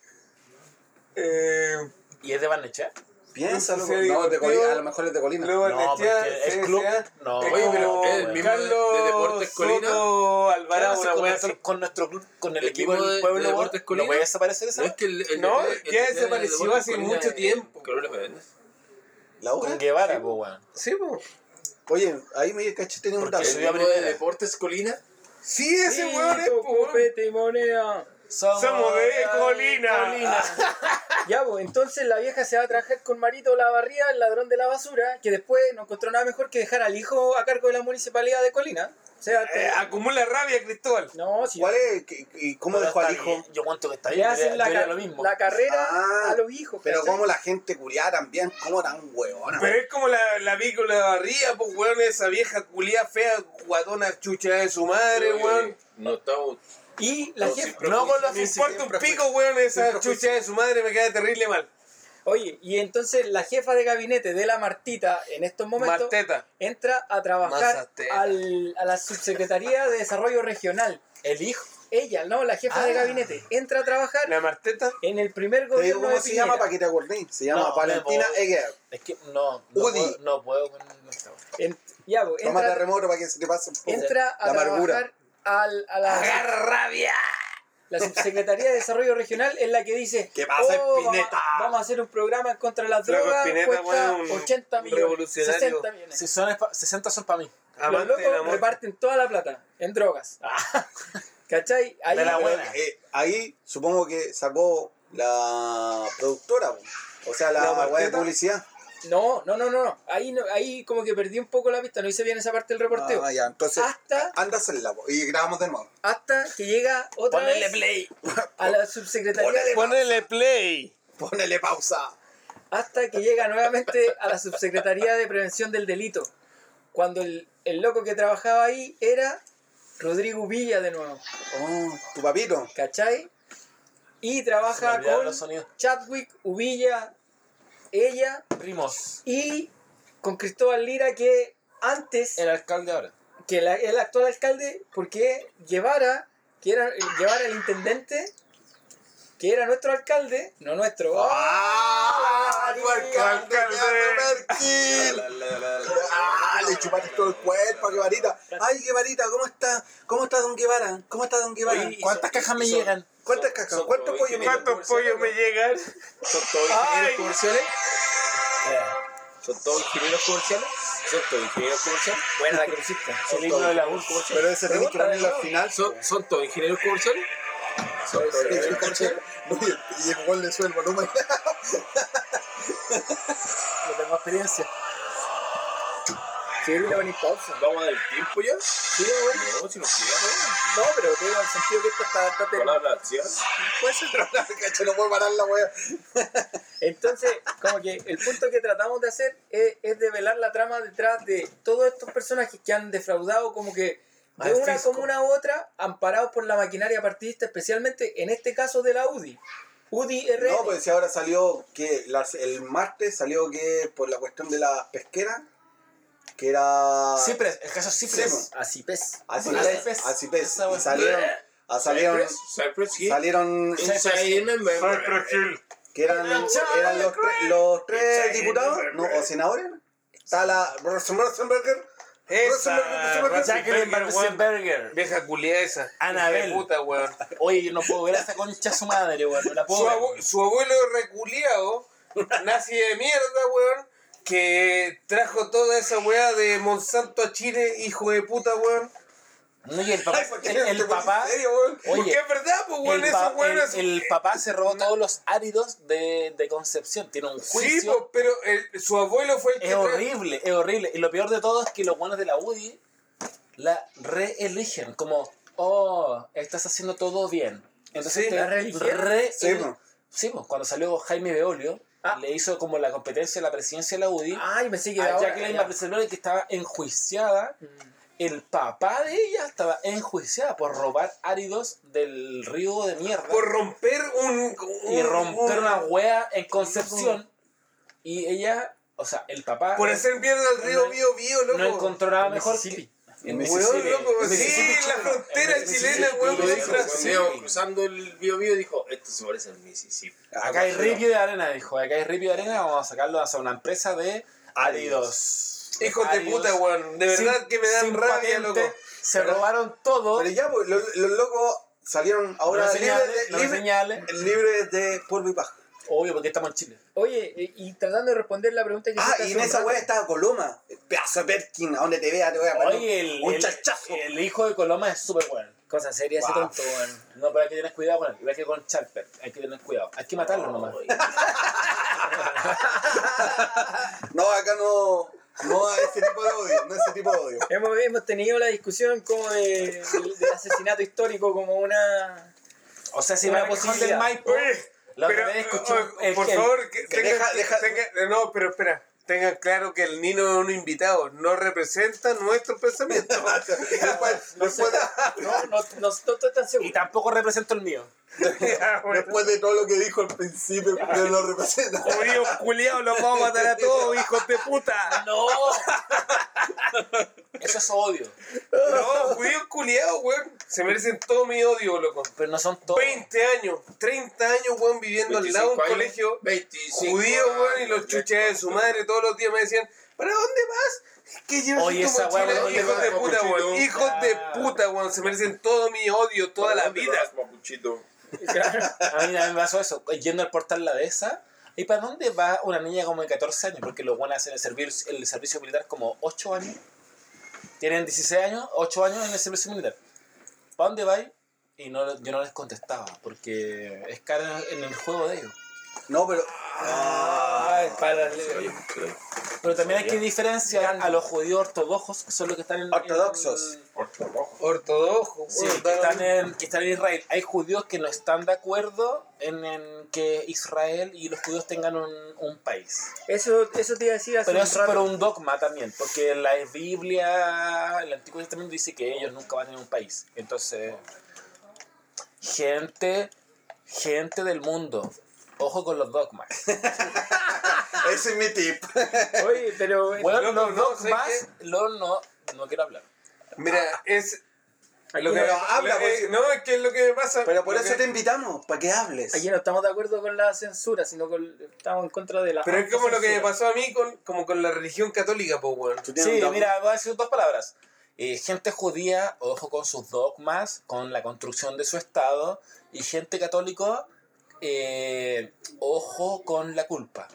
S1: eh,
S5: ¿Y es de Barnechea?
S3: Piénsalo.
S1: Sí,
S3: po. No,
S1: digo,
S3: de Colina,
S1: tío,
S3: a lo mejor es de Colina.
S1: Club
S5: No,
S1: Barnechea,
S5: porque el
S1: CSA,
S5: club- no.
S1: es
S5: Oye,
S6: pero
S1: como
S6: el mismo
S1: Carlos
S6: de Deportes Colina.
S1: Soto Alvarado,
S5: Claro,
S1: una
S5: con,
S1: wea
S5: nuestro,
S1: así.
S5: con nuestro club, con el,
S6: El
S5: equipo
S6: mismo
S5: del
S6: de-
S5: pueblo,
S6: de Deportes
S5: ¿no
S6: Colina.
S5: voy a desaparecer esa?
S6: No es que el, el
S1: No,
S6: el-
S1: ya
S6: el-
S1: desapareció
S6: el- ¿eh? el-
S1: hace
S6: Colina
S1: mucho
S6: es-
S1: tiempo.
S6: Colina es-
S3: La U. ¿eh?
S5: Con Guevara, po, weón.
S1: Sí, pues.
S3: Oye, ahí me caché tenía un
S5: Porque
S3: dato.
S5: Sí,
S6: El
S5: subió a
S6: mismo de
S5: primera.
S6: Deportes Colina.
S1: Sí, ese weón es,
S4: Pito,
S1: po, weón.
S4: copete y moneda.
S1: Somos de Colina.
S4: Ya, pues, entonces la vieja se va a trabajar con Marito Lavarría, el ladrón de la basura, que después no encontró nada mejor que dejar al hijo a cargo de la municipalidad de Colina. O sea,
S1: Eh, acumula rabia, Cristóbal.
S4: no, si
S3: ¿Cuál es? ¿Qué- ¿Y cómo dejó al hijo?
S5: Yo cuento que está bien.
S4: le hacen
S5: yo
S4: la,
S5: haría
S4: ca-
S5: lo mismo.
S4: la carrera
S3: Ah,
S4: a los hijos.
S3: Pero
S4: ¿cachai?
S3: cómo la gente curiada también, cómo tan huevona.
S1: Pero es como la, la vícula de barría, pues weón, esa vieja culia fea, guatona chucha de su madre,
S6: Oye,
S1: weón.
S6: No estamos.
S4: Y la
S6: No,
S4: jefa-
S6: sí, pero-
S5: No con los
S1: Me
S5: físicos.
S1: importa un pico, weón, esa chucha de su madre me queda terrible mal.
S4: Oye, y entonces la jefa de gabinete de la Martita en estos momentos
S1: Marteta.
S4: entra a trabajar
S1: Mazatela.
S4: al- a la Subsecretaría de Desarrollo Regional.
S5: El hijo.
S4: Ella, no, la jefa de gabinete, entra a trabajar
S1: La Marteta.
S4: en el
S3: Ah. Te
S4: primer
S3: digo
S4: gobierno
S3: cómo
S4: de
S3: se llama
S4: Piñera.
S3: para que te acordéis. Se llama
S5: No,
S3: Valentina
S5: me voy.
S3: Eger.
S5: Es que no. No
S3: Udi.
S5: puedo, no puedo con esta weá.
S4: En- ya, pues,
S3: Toma
S4: entra,
S3: terremoto para que se te pase un poco
S4: entra a
S3: la amargura.
S4: trabajar al, a la... La Subsecretaría de Desarrollo Regional es la que dice... "Oh,
S3: ¿Qué pasa,
S4: vamos a-
S3: Spinetta?
S4: Vamos, a hacer un programa en contra de las
S1: Loco,
S4: drogas,
S1: Spinetta,
S4: cuesta
S1: bueno, un
S4: 80 millones,
S1: revolucionario.
S4: 60 millones.
S5: Si son es pa- 60 son para mí.
S4: Los
S1: Amante del
S4: locos
S1: amor.
S4: reparten toda la plata en drogas.
S3: Ah.
S4: ¿Cachai? Ahí
S5: De la
S3: Pero,
S5: buena.
S3: eh, ahí supongo que sacó la productora, po. o sea, la,
S1: La
S3: weá de
S1: marqueta.
S3: publicidad.
S4: No, no, no, no, no. Ahí, no- ahí como que perdí un poco la pista, no hice bien esa parte del reporteo.
S3: Ah, ya, entonces,
S4: Hasta-
S3: anda a hacerla po, y grabamos de nuevo.
S4: Hasta que llega otra vez
S5: play.
S4: a la subsecretaría
S3: Ponele-
S4: de-
S5: Ponele play.
S3: Ponele pausa.
S4: hasta que llega nuevamente a la subsecretaría de prevención del delito. Cuando el, el loco que trabajaba ahí era Rodrigo Villa de nuevo,
S3: Oh, tu papito.
S4: ¿cachai? Y
S5: Se me
S4: trabaja
S5: olvidaron
S4: con
S5: los sonidos.
S4: Chadwick, Ubilla, ella
S5: Primos.
S4: y con Cristóbal Lira que antes
S5: El alcalde ahora.
S4: que la- el actual alcalde, porque Guevara, que era eh, Guevara el intendente, que era nuestro alcalde, no nuestro.
S3: ¡Ah!
S4: ¡Ay,
S3: ¡Tu alcalde!
S1: alcalde!
S3: ¡Alcalde Merkin! ¡Ah! Le chupaste todo el cuerpo, qué varita. ¡Ay, qué varita! ¿Cómo está? ¿Cómo está Don Guevara? ¿Cómo está Don Guevara?
S6: Oye,
S5: ¿Cuántas cajas me llegan?
S3: ¿Cuántas cajas? ¿Cuántos pollos me
S6: ¿Cuántos
S3: llegan?
S1: ¿Cuántos pollos me llegan?
S6: ¿Son todos ingenieros comerciales? Eh, ¿Son todos ingenieros comerciales? ¿Son todos ingenieros comerciales?
S4: Buena la que pusiste.
S5: El himno de la URSS.
S3: Pero ese tenés que ponerlo al final.
S6: ¿Son, son todos ingenieros comerciales?
S3: Sí, sí, <laughs> Oye, y el gol le sube el volumen.
S4: ah,
S5: No tengo experiencia.
S4: Sí, le poní pausa.
S6: ¿Vamos a dar el tiempo ya?
S4: Sí, bueno.
S6: No, si nos queda,
S4: No, pero te digo, en el sentido que esto está bastante.
S6: ¿no? Con la ansiedad.
S3: Puede
S5: Pues,
S3: <laughs> ser. Cacho, no puedo parar la wea.
S4: Entonces, como que el punto que tratamos de hacer es, es develar la trama detrás de todos estos personajes que han defraudado como que de
S5: Al
S4: una
S5: fisco.
S4: comuna a otra, amparados por la maquinaria partidista, especialmente en este caso de la UDI. UDI RN.
S3: No, pues si ahora salió que las- el martes salió que por la cuestión de las pesqueras, que era.
S5: Cipres, el caso Cipres.
S3: Sí,
S4: Así pes.
S3: Así
S5: Así
S3: es,
S5: pes.
S3: así pes.
S5: Esa
S3: Y
S5: wea.
S3: salieron, ah, salieron,
S6: Cypress, Cypress Hill.
S3: salieron,
S5: Cypress Hill.
S6: Insane in November.
S3: que eran, eran los, tres- los tres diputados, no, o senadores. Está la Rosenberger.
S1: Esa.
S5: Jacqueline
S1: Rosenberger, weón.
S5: Barbersberger.
S1: Vieja culia esa. Hija
S5: Anabel.
S1: de Puta, weón.
S5: Oye, yo no puedo ver a esa concha a su madre, weón. No la puedo
S1: Su,
S5: ver.
S1: abu- su abuelo <laughs> reculiao, nazi de mierda, weón, que trajo toda esa weá de Monsanto a Chile, hijo de puta, weón.
S5: No, y el papá.
S3: qué
S5: el- el
S3: te pones
S5: papá.
S3: serio, weón?
S5: Oye,
S1: Porque es verdad, pues, weón,
S5: el,
S1: esa
S5: pa-
S1: weón
S5: el-
S1: es...
S5: el papá se robó todos los áridos de, de Concepción. Tiene un
S1: Sí,
S5: juicio.
S1: po, pero el- su abuelo fue el que...
S5: es
S1: tra-
S5: horrible, es horrible. Y lo peor de todo es que los buenos de la UDI la reeligen. Como, oh, estás haciendo todo bien. Entonces
S1: Sí,
S5: te
S4: ¿la reeligieron?
S5: re-
S3: Sí, po.
S5: Sí, po, cuando salió Jaime Beolio,
S4: Ah.
S5: le hizo como la competencia a la presidencia de la UDI.
S4: Ay, me
S3: Ah,
S4: sigue
S5: a
S4: ahora.
S5: Jacqueline
S4: ya.
S5: Mapresenberg, que estaba enjuiciada. El papá de ella estaba enjuiciada por robar áridos del río de mierda.
S1: Por romper un... un-
S5: y romper
S1: un-
S5: una wea en Concepción. Y ella, o sea, el papá.
S1: Por hacer mierda al río
S5: No-
S1: Bío Bío, loco.
S5: no encontró nada mejor que.
S4: Mississippi.
S5: En
S1: Weón, loco, sí,
S3: En Mississippi,
S1: la
S3: chileno.
S1: frontera
S5: En Mississippi,
S1: chilena, weón.
S5: lo
S1: me
S5: dijo,
S1: entra-
S5: weón.
S1: Sí.
S6: Cuando cruzando el bio bio dijo, esto se parece al Mississippi.
S5: Acá hay ripio de arena, dijo. Acá hay ripio de arena, vamos a sacarlo hacia una empresa de áridos.
S1: Hijos de puta, weón. De verdad
S5: Sin-
S1: que me dan
S5: sin
S1: rabia,
S5: patente,
S1: loco.
S5: Se robaron todo.
S3: Pero ya, pues, los, los locos salieron
S5: Ahora
S3: ahora
S5: no
S3: libres
S5: señales,
S3: de,
S5: no
S3: libres-
S5: señales.
S3: libres de polvo y paja.
S5: Obvio, porque estamos en Chile.
S4: Oye, eh, y tratando de responder la pregunta que
S3: Ah,
S4: hiciste
S3: y en
S4: hace un
S3: esa
S4: rato.
S3: weá estaba Coloma. El pedazo de Perkin, a donde te vea te voy a poner
S5: Oye, el,
S3: un
S5: el-
S3: chachazo.
S5: el hijo de Coloma es súper bueno.
S4: Cosa seria, ese
S5: Wow.
S4: tonto, weón.
S5: No, pero hay que tener cuidado con él. Igual que con Charper. Hay que tener cuidado. Hay que matarlo nomás.
S3: No, acá no, no a ese tipo de odio, no a ese tipo de odio.
S4: Hemos, hemos tenido la discusión como de, del- del asesinato histórico como una...
S5: O sea, si
S4: Una
S5: va a posición del
S4: posibilidad.
S5: Maipo,
S1: Oye,
S5: la
S1: pero,
S5: otra vez escuché
S1: oh,
S5: el-
S1: por
S5: el-
S1: favor, que
S3: que
S1: tengan-
S3: deja- deja-
S1: tengan- no, pero espera, tengan claro que el Nino es un invitado, no representa nuestro <laughs> pensamiento.
S3: Después, después,
S4: No, no, no estoy tan seguro.
S5: Y tampoco represento el mío.
S1: Ya, bueno.
S3: después de todo lo que dijo al principio, no lo representa.
S1: Judíos culiados, los vamos a matar a todos, hijos de puta.
S5: ¡No! Eso es odio.
S1: No, judíos culiados, weón. Se merecen todo mi odio, loco.
S5: Pero no son todos.
S1: 20 años, 30 años, weón, viviendo al lado de un
S6: 25 años.
S1: colegio
S6: 25
S1: judío, weón, y los
S6: años,
S1: chuches de su madre todos los días me decían, ¿para dónde vas? ¿Qué llevas
S5: Oye,
S1: en tu
S5: esa
S1: mochila?
S5: weá, ¿dónde
S1: Hijos
S6: vas,
S1: de puta,
S6: papuchino?
S1: weón. Hijos
S5: Ah.
S1: de puta, weón. Se merecen todo mi odio toda la
S6: ¿Dónde
S1: vida.
S6: vas, papuchito?
S4: Claro.
S5: A mí también Ah, me pasó eso, yendo al portal La Dehesa. ¿Y para dónde va una niña como de 14 años? Porque los buenos hacen el servicio, el servicio militar como 8 años. Tienen 16 años, 8 años en el servicio militar. ¿Para dónde va? Y no, yo no les contestaba, porque es cara en el juego de ellos.
S3: No, pero. Ah,
S5: Pero también hay que diferenciar a los judíos ortodoxos, que son los que están en...
S3: Ortodoxos.
S5: en-
S1: Ortodoxo,
S5: Sí,
S1: weón.
S5: que
S1: da lo
S5: están,
S1: mismo.
S5: en, que están en Israel. Hay judíos que no están de acuerdo en, en que Israel y los judíos tengan un, un país.
S4: Eso, eso te iba a decir hace
S5: Pero
S4: un
S5: es
S4: rato. <laughs>
S5: pero un dogma también, porque la Biblia, el Antiguo Testamento dice que ellos nunca van a tener un país. Entonces, gente, gente del mundo, ojo con los dogmas.
S3: <laughs> Ese es mi tip.
S4: Oye,
S1: <laughs>
S4: pero...
S5: Bueno,
S1: loco,
S5: los
S1: no, ¿sabes
S5: dogmas, lo no, no quiero hablar.
S1: Mira, es...
S4: Aquí,
S1: Lo que,
S4: no,
S3: habla,
S1: lo que-
S3: pues, si-
S1: no, es que es lo que me pasa.
S3: Pero por
S1: Lo
S3: eso
S1: que-
S3: te invitamos, para que hables.
S4: aquí no estamos de acuerdo con la censura, sino con estamos en contra de la...
S1: Pero es como lo que me pasó
S4: autocensura.
S1: a mí con, como con la religión católica, po, weón.
S3: Tú tienes
S5: Sí,
S3: un dogma.
S5: mira, voy a decir dos palabras. Eh, gente judía, ojo con sus dogmas, con la construcción de su Estado. Y gente católico, eh, ojo con la culpa.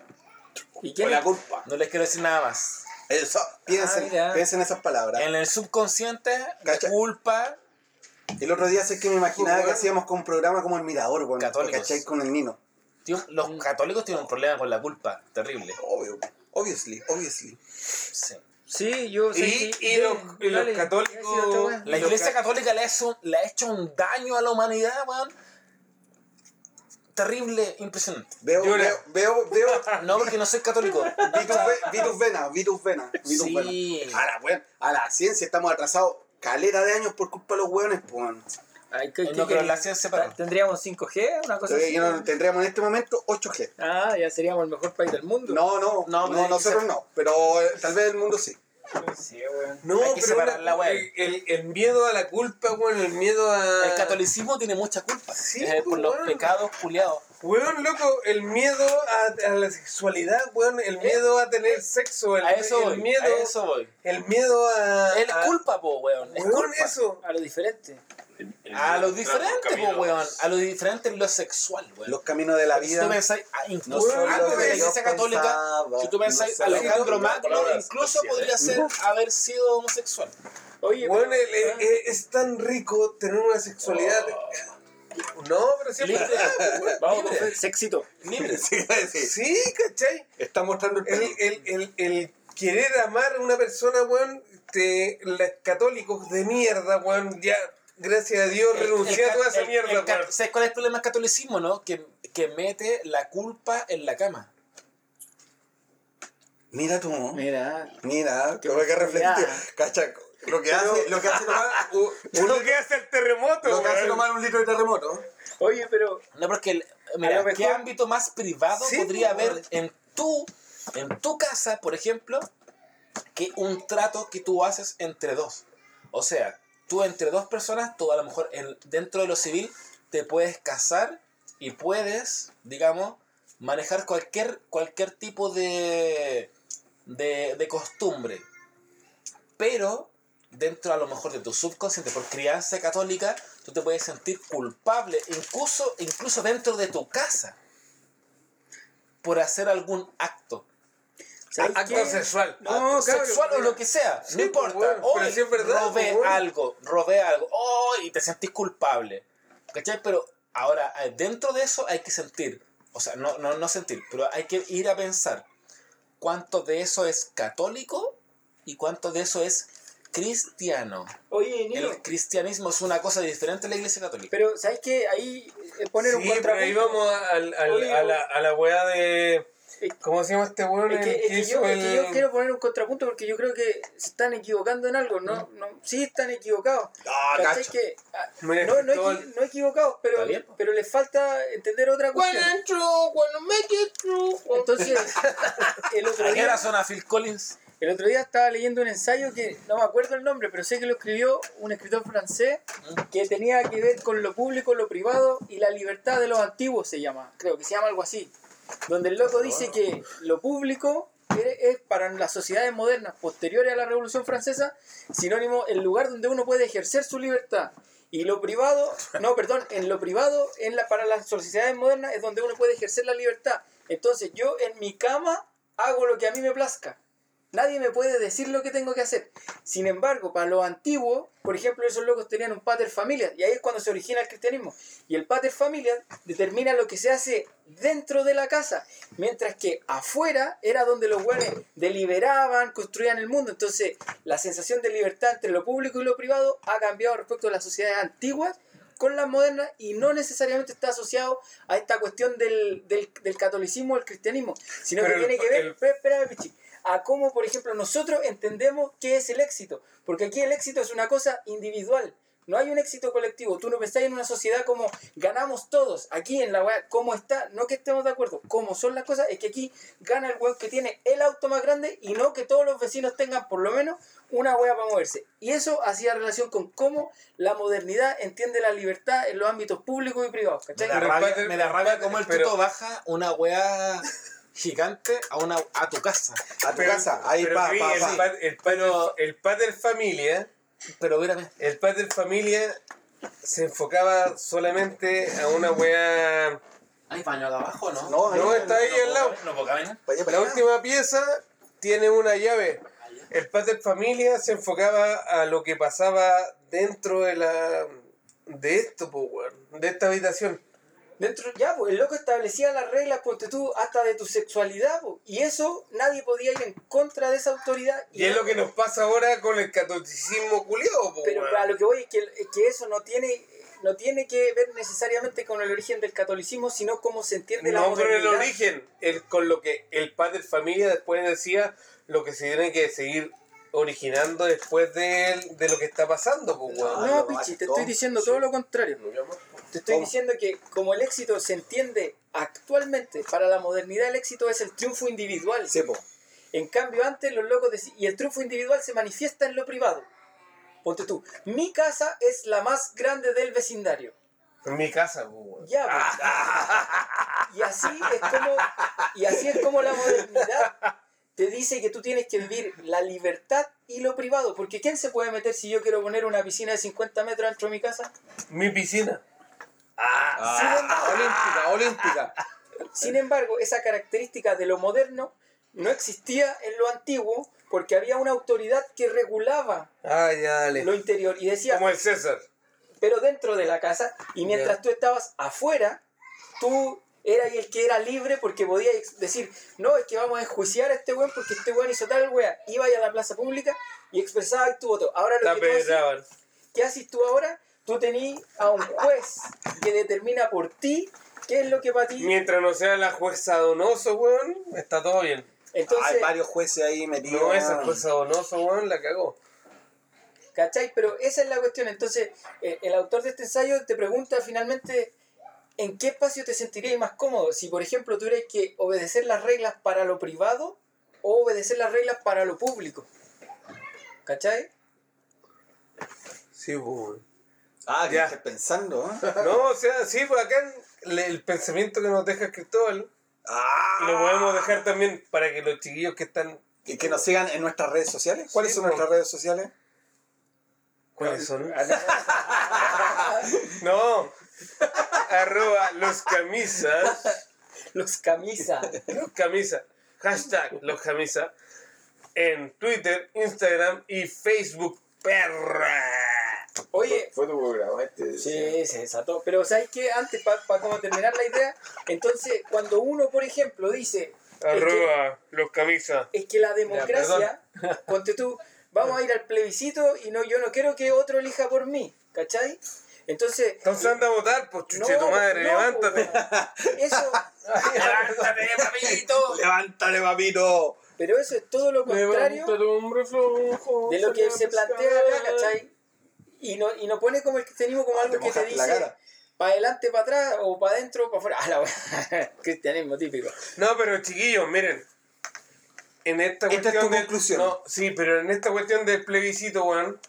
S4: ¿Y quién
S3: Con la
S4: es?
S3: culpa.
S5: No les quiero decir nada más.
S3: Eso, piensen,
S4: Ah, mira.
S3: piensen esas palabras.
S5: En el subconsciente, la
S3: Cacha.
S5: culpa,
S3: El otro día sé que me imaginaba que hacíamos con un programa como El Mirador, bueno,
S5: Católicos.
S3: ¿cachai? Con el Nino. Ah.
S5: tío, los católicos tienen un problema con la culpa, terrible.
S3: Obvio, obviously, obviously.
S5: Sí.
S4: Sí, yo...
S1: Y-
S4: sí,
S1: y
S4: yo-
S1: los- y los
S4: dale,
S1: católicos-
S4: iba a decir otra weá.
S5: La iglesia católica le ha, hecho, le ha hecho un daño a la humanidad, weón. Terrible, impresionante.
S3: Veo,
S1: Llora.
S3: veo, veo, veo,
S5: No, porque no
S3: <laughs>
S5: soy católico.
S3: vi tus ve- vi tus venas, vi tus venas, vi tus
S5: Sí.
S3: venas. A la, weón, a la ciencia estamos atrasados calera de años por culpa de los weones, pues. weón.
S4: Ay, ¿qué-
S5: No
S4: qué
S5: creo en
S4: queréis?
S5: la ciencia, pero-
S4: ¿Tendríamos 5G? ¿Una cosa
S3: Entonces,
S4: pues, así?
S3: yo no- tendríamos en este momento 8G.
S4: Ah, ya seríamos el mejor país del mundo.
S3: No, no,
S5: No,
S3: no,
S5: pero hay que
S3: nosotros
S5: ser-
S3: no, pero eh, tal vez el mundo sí.
S4: Sí, weón.
S1: No,
S5: Hay que
S1: pero
S5: separar
S1: una-
S5: la weá.
S1: el, el- el miedo a la culpa, weón, el miedo a.
S5: El catolicismo tiene mucha culpa.
S1: Sí,
S5: eh, por
S1: pues,
S5: los
S1: weón.
S5: pecados culiados.
S1: Weón, loco, el miedo a, a la sexualidad, weón, el miedo a tener sexo, el,
S5: ¿Eh? A eso
S1: el
S5: voy.
S1: miedo.
S5: A eso voy.
S1: El miedo a.
S5: Es
S1: a-
S5: culpa, po, weón. Es
S1: Weón,
S5: culpa.
S1: eso.
S4: A lo diferente.
S5: A lo diferente, po, weón. A lo diferente en lo sexual, weón.
S3: Los caminos de la
S5: Pero si tú
S3: vida.
S5: pensáis, ah,
S3: No
S5: incluso
S3: son
S5: antes
S3: los
S5: de la
S3: que yo
S5: iglesia católica,
S3: pensaba,
S5: si tú pensáis,
S3: no son los que
S5: Alejandro
S3: yo
S5: Magno
S3: pensaba.
S5: incluso podría ser haber sido homosexual.
S4: Oye,
S1: Weón,
S4: pero-
S1: el- el- el- es tan rico tener una sexualidad.
S5: Oh.
S1: No, pero siempre.
S5: Libre.
S1: <laughs>
S4: vamos con
S5: pues,
S4: fe- sexito.
S5: Libre.
S1: Sí, ¿cachai?
S3: Está mostrando el
S1: El,
S3: pelo.
S1: el- el- el querer amar a una persona, weón, te, los católicos de mierda, weón, ya, gracias a Dios, renuncié a toda esa
S5: el-
S1: mierda,
S5: el
S1: weón.
S5: ca- ¿Sabes cuál es el problema del catolicismo, no? Que, que mete la culpa en la cama.
S3: Mira tú.
S4: Mira.
S3: Mira, tengo que reflexionar. Cachaco. Lo que hace, lo que hace
S1: <laughs>
S3: tomar, u- un-
S1: Uno que hace el terremoto,
S3: lo que hace
S1: weón.
S3: tomar un litro de terremoto.
S4: Oye, pero.
S5: No, porque, el-
S4: A
S5: mira,
S4: lo mejor-
S5: ¿qué ámbito más privado
S1: Sí,
S5: podría
S1: pues,
S5: haber en tu, en tu casa, por ejemplo, que un trato que tú haces entre dos? O sea, tú entre dos personas, tú a lo mejor en- dentro de lo civil te puedes casar y puedes, digamos, manejar cualquier, cualquier tipo de, de, de costumbre. Pero dentro a lo mejor de tu subconsciente, por crianza católica, tú te puedes sentir culpable, incluso, incluso dentro de tu casa, por hacer algún acto.
S4: ¿sabes
S1: Acto
S4: qué?
S1: sexual.
S4: No,
S5: acto
S4: cabrón,
S5: sexual o
S4: mira.
S5: lo que sea, no
S1: pues,
S5: importa.
S1: weón, pero
S5: Hoy
S1: sí es verdad,
S5: robé
S1: pues, weón.
S5: algo, robé algo, oh, y te sentís culpable. ¿Cachai? Pero ahora, eh, dentro de eso hay que sentir, o sea, no, no, no sentir, pero hay que ir a pensar cuánto de eso es católico y cuánto de eso es cristiano.
S4: Oye, Nilo.
S5: El cristianismo es una cosa diferente a la iglesia católica.
S4: Pero, ¿sabes qué? Ahí eh, poner un
S1: sí, pero ahí
S4: contrapunto.
S1: vamos al- al-
S4: Oye,
S1: a, la, a la weá de. ¿Cómo se llama este weón?
S4: Es que,
S1: El
S4: es que yo,
S1: hizo
S4: es que
S1: el-
S4: yo quiero poner un contrapunto porque yo creo que se están equivocando en algo, ¿no?
S5: Mm.
S4: no sí, están equivocados.
S3: Ah,
S4: ¿Cachai?
S3: cacho.
S4: Que, ah,
S1: Mira,
S4: no, no,
S1: todo
S4: equi- no equivocados, pero,
S5: Está bien, po.
S4: pero les falta entender otra cosa. Entonces, el otro
S5: ¿A qué <laughs>
S4: día.
S5: hora suena Phil Collins?
S4: El otro día estaba leyendo un ensayo que no me acuerdo el nombre, pero sé que lo escribió un escritor francés
S5: Ah.
S4: que tenía que ver con lo público, lo privado y la libertad de los antiguos, se llama. Creo que se llama algo así. Donde el loco dice que lo público es- es para las sociedades modernas posteriores a la Revolución Francesa sinónimo el lugar donde uno puede ejercer su libertad. Y lo privado, no, perdón, en lo privado, en la, para las sociedades modernas, es donde uno puede ejercer la libertad. Entonces yo en mi cama hago lo que a mí me plazca. Nadie me puede decir lo que tengo que hacer. Sin embargo, para los antiguos, por ejemplo, esos locos tenían un pater familias, y ahí es cuando se origina el cristianismo. Y el pater familias determina lo que se hace dentro de la casa, mientras que afuera era donde los hueones deliberaban, construían el mundo. Entonces, la sensación de libertad entre lo público y lo privado ha cambiado respecto a las sociedades antiguas con las modernas y no necesariamente está asociado a esta cuestión del, del, del catolicismo o el cristianismo, sino
S1: Pero
S4: que
S1: el-
S4: tiene que ver,
S1: el-
S4: espera, espera, Pichi, a cómo, por ejemplo, nosotros entendemos qué es el éxito, porque aquí el éxito es una cosa individual. No hay un éxito colectivo. Tú no pensás en una sociedad como ganamos todos. Aquí en la weá, cómo está, no que estemos de acuerdo, cómo son las cosas, es que aquí gana el weón que tiene el auto más grande y no que todos los vecinos tengan por lo menos una weá para moverse. Y eso hacía relación con cómo la modernidad entiende la libertad en los ámbitos públicos y privados.
S5: Me
S4: ¿cachai?
S5: da
S1: Pero
S5: rabia,
S1: espérate,
S5: me da rabia
S1: espérate,
S5: como el
S1: pero-
S5: tuto baja una weá gigante a, una, a tu casa.
S3: A tu casa, ahí
S1: pero
S3: pa,
S1: vi
S3: pa,
S1: el,
S3: pa.
S1: pa- el pater,
S5: Pero-
S1: el pater familia,
S5: Pero mírame,
S1: el pater familia se enfocaba solamente a una wea.
S5: ¿hay baño acá abajo no?
S3: No, ahí-
S1: No, está ahí al lado.
S5: No puedo caminar.
S3: Pa' allá, pa'
S1: La
S3: allá.
S1: última pieza tiene una llave. El pater familia se enfocaba a lo que pasaba dentro de la de esto, po, weón, de esta habitación.
S4: Dentro, ya, pues, el loco establecía las reglas, ponte tú, hasta de tu sexualidad, pues, y eso nadie podía ir en contra de esa autoridad.
S1: Y es lo que nos pasa ahora con el catolicismo culiado, po,
S4: Pero
S1: weón.
S4: a lo que voy es que, es que eso no tiene, no tiene que ver necesariamente con el origen del catolicismo, sino cómo se entiende la
S1: No con el
S4: modernidad.
S1: origen, el- con lo que el padre familia después decía, lo que se tiene que seguir originando después de, de lo que está pasando, pues,
S4: No,
S1: weón.
S3: lo
S4: Pichi, te
S3: básico,
S4: estoy diciendo todo lo contrario. Te estoy diciendo que como el éxito se entiende actualmente, para la modernidad el éxito es el triunfo individual.
S3: Sí, po.
S4: En cambio, antes los locos deci- y el triunfo individual se manifiesta en lo privado. Ponte tú, mi casa es la más grande del vecindario.
S1: En mi casa, pues, weón.
S4: Ya,
S1: <laughs>
S4: pues. y así es como y así es como la modernidad te dice que tú tienes que vivir la libertad y lo privado, porque quién se puede meter si yo quiero poner una piscina de 50 metros dentro de mi casa?
S1: Mi piscina.
S4: Ah,
S3: Olímpica, olímpica.
S4: <laughs> Sin embargo, esa característica de lo moderno no existía en lo antiguo porque había una autoridad que regulaba
S1: Ah, ya, dale.
S4: lo interior y decía,
S1: Como el César.
S4: pero dentro de la casa y mientras tú estabas afuera, tú eras el que era libre porque podías ex- decir, no, es que vamos a enjuiciar a este weón porque este weón hizo tal weá. Iba a la plaza pública y expresabas tu voto. Ahora lo
S1: La
S4: que tú haces,
S1: pedraban.
S4: ¿qué haces tú ahora? Tú tenés a un juez que determina por ti qué es lo que para ti.
S1: Mientras no sea la jueza Donoso, weón, está todo bien.
S4: Entonces,
S3: Hay varios jueces ahí metidos.
S1: No, esa jueza Donoso, weón, la cagó.
S4: ¿Cachai? Pero esa es la cuestión. Entonces, eh, el autor de este ensayo te pregunta finalmente en qué espacio te sentirías más cómodo. Si, por ejemplo, tuvieras que obedecer las reglas para lo privado o obedecer las reglas para lo público. ¿Cachai? <laughs>
S1: Sí, pues, weón.
S3: Ah, ¿qué
S1: Ya.
S3: estás pensando? ¿eh?
S1: No, o sea, sí, pues acá en- le- el pensamiento que nos deja Cristóbal
S3: Ah,
S1: lo podemos dejar también para que los chiquillos que están.
S3: y que nos sigan en nuestras redes sociales. ¿Cuáles
S1: Sí,
S3: son
S1: po.
S3: nuestras redes sociales?
S1: ¿Cuáles son?
S4: Ah,
S1: <laughs> no. Arroba los camisas.
S4: Los camisas.
S1: Los camisas. Hashtag los camisas. En Twitter, Instagram y Facebook, perra.
S4: Oye,
S2: <laughs> Fue tu programa este.
S4: Sí, se desató. Pero ¿sabes qué? Antes, para como terminar la idea, entonces, cuando uno, por ejemplo, dice... es que-
S1: Arroba los camisas.
S4: es que la democracia,
S1: <laughs>
S4: ponte tú, vamos a ir al plebiscito y no yo no quiero que otro elija por mí, ¿cachai? Entonces,
S1: Entonces anda a votar, pues
S4: no,
S1: chuche tu madre,
S4: no,
S1: levántate.
S4: pues, Eso,
S1: <laughs>
S5: ¡Levántate, papito!
S3: ¡Levántale, papito!
S4: pero eso es todo lo contrario de lo que se plantea acá, ¿cachai? Y no, y no pone como el cristianismo
S1: Ah,
S4: como algo
S3: Te
S4: que te
S3: mojaste la
S4: dice
S3: cara.
S4: para adelante, para atrás, o para <laughs> adentro, para afuera. Ah, la wea. cristianismo típico.
S1: No, pero chiquillos, miren. en esta
S3: Esta es
S1: cuestión.
S3: tu
S1: del-
S3: conclusión.
S1: No, sí, pero en esta cuestión del plebiscito, weón.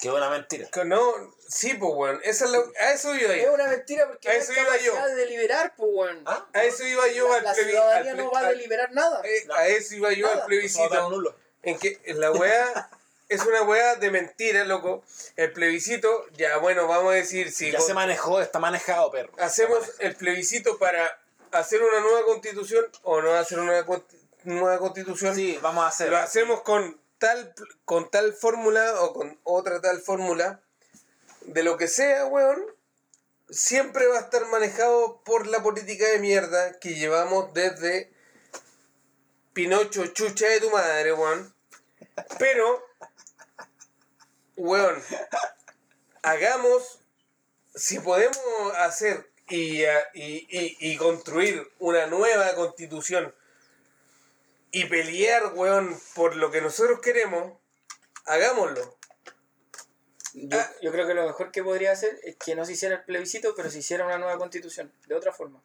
S5: Qué buena mentira.
S1: que No, sí, pues, weón. Esa es la- a eso iba
S4: Es
S1: yo.
S4: una mentira porque
S1: A
S4: no hay
S1: eso iba yo.
S4: capacidad de deliberar, pues, weón.
S5: ¿Ah?
S1: A eso iba yo
S4: La,
S1: al
S4: la
S1: plebi-
S4: ciudadanía
S1: al ple-
S4: no va a
S1: al-
S4: deliberar nada.
S1: eh, a eso iba yo
S4: Nada.
S1: al plebiscito. En que la weá es una weá de mentira, loco. El plebiscito, ya bueno, vamos a decir, si
S5: ya
S1: con-
S5: se manejó, está manejado, perro.
S1: hacemos el plebiscito para hacer una nueva constitución o no hacer una co- nueva constitución,
S5: Sí, vamos a hacer.
S1: lo hacemos con tal con tal fórmula o con otra tal fórmula, de lo que sea, weón, siempre va a estar manejado por la política de mierda que llevamos desde Pinocho, chucha de tu madre, weón. Pero, weón, hagamos, si podemos hacer y, ah, y- y- y construir una nueva constitución y pelear, weón, por lo que nosotros queremos, hagámoslo.
S4: Yo, yo creo que lo mejor que podría hacer es que no se hiciera el plebiscito, pero se hiciera una nueva constitución, de otra forma.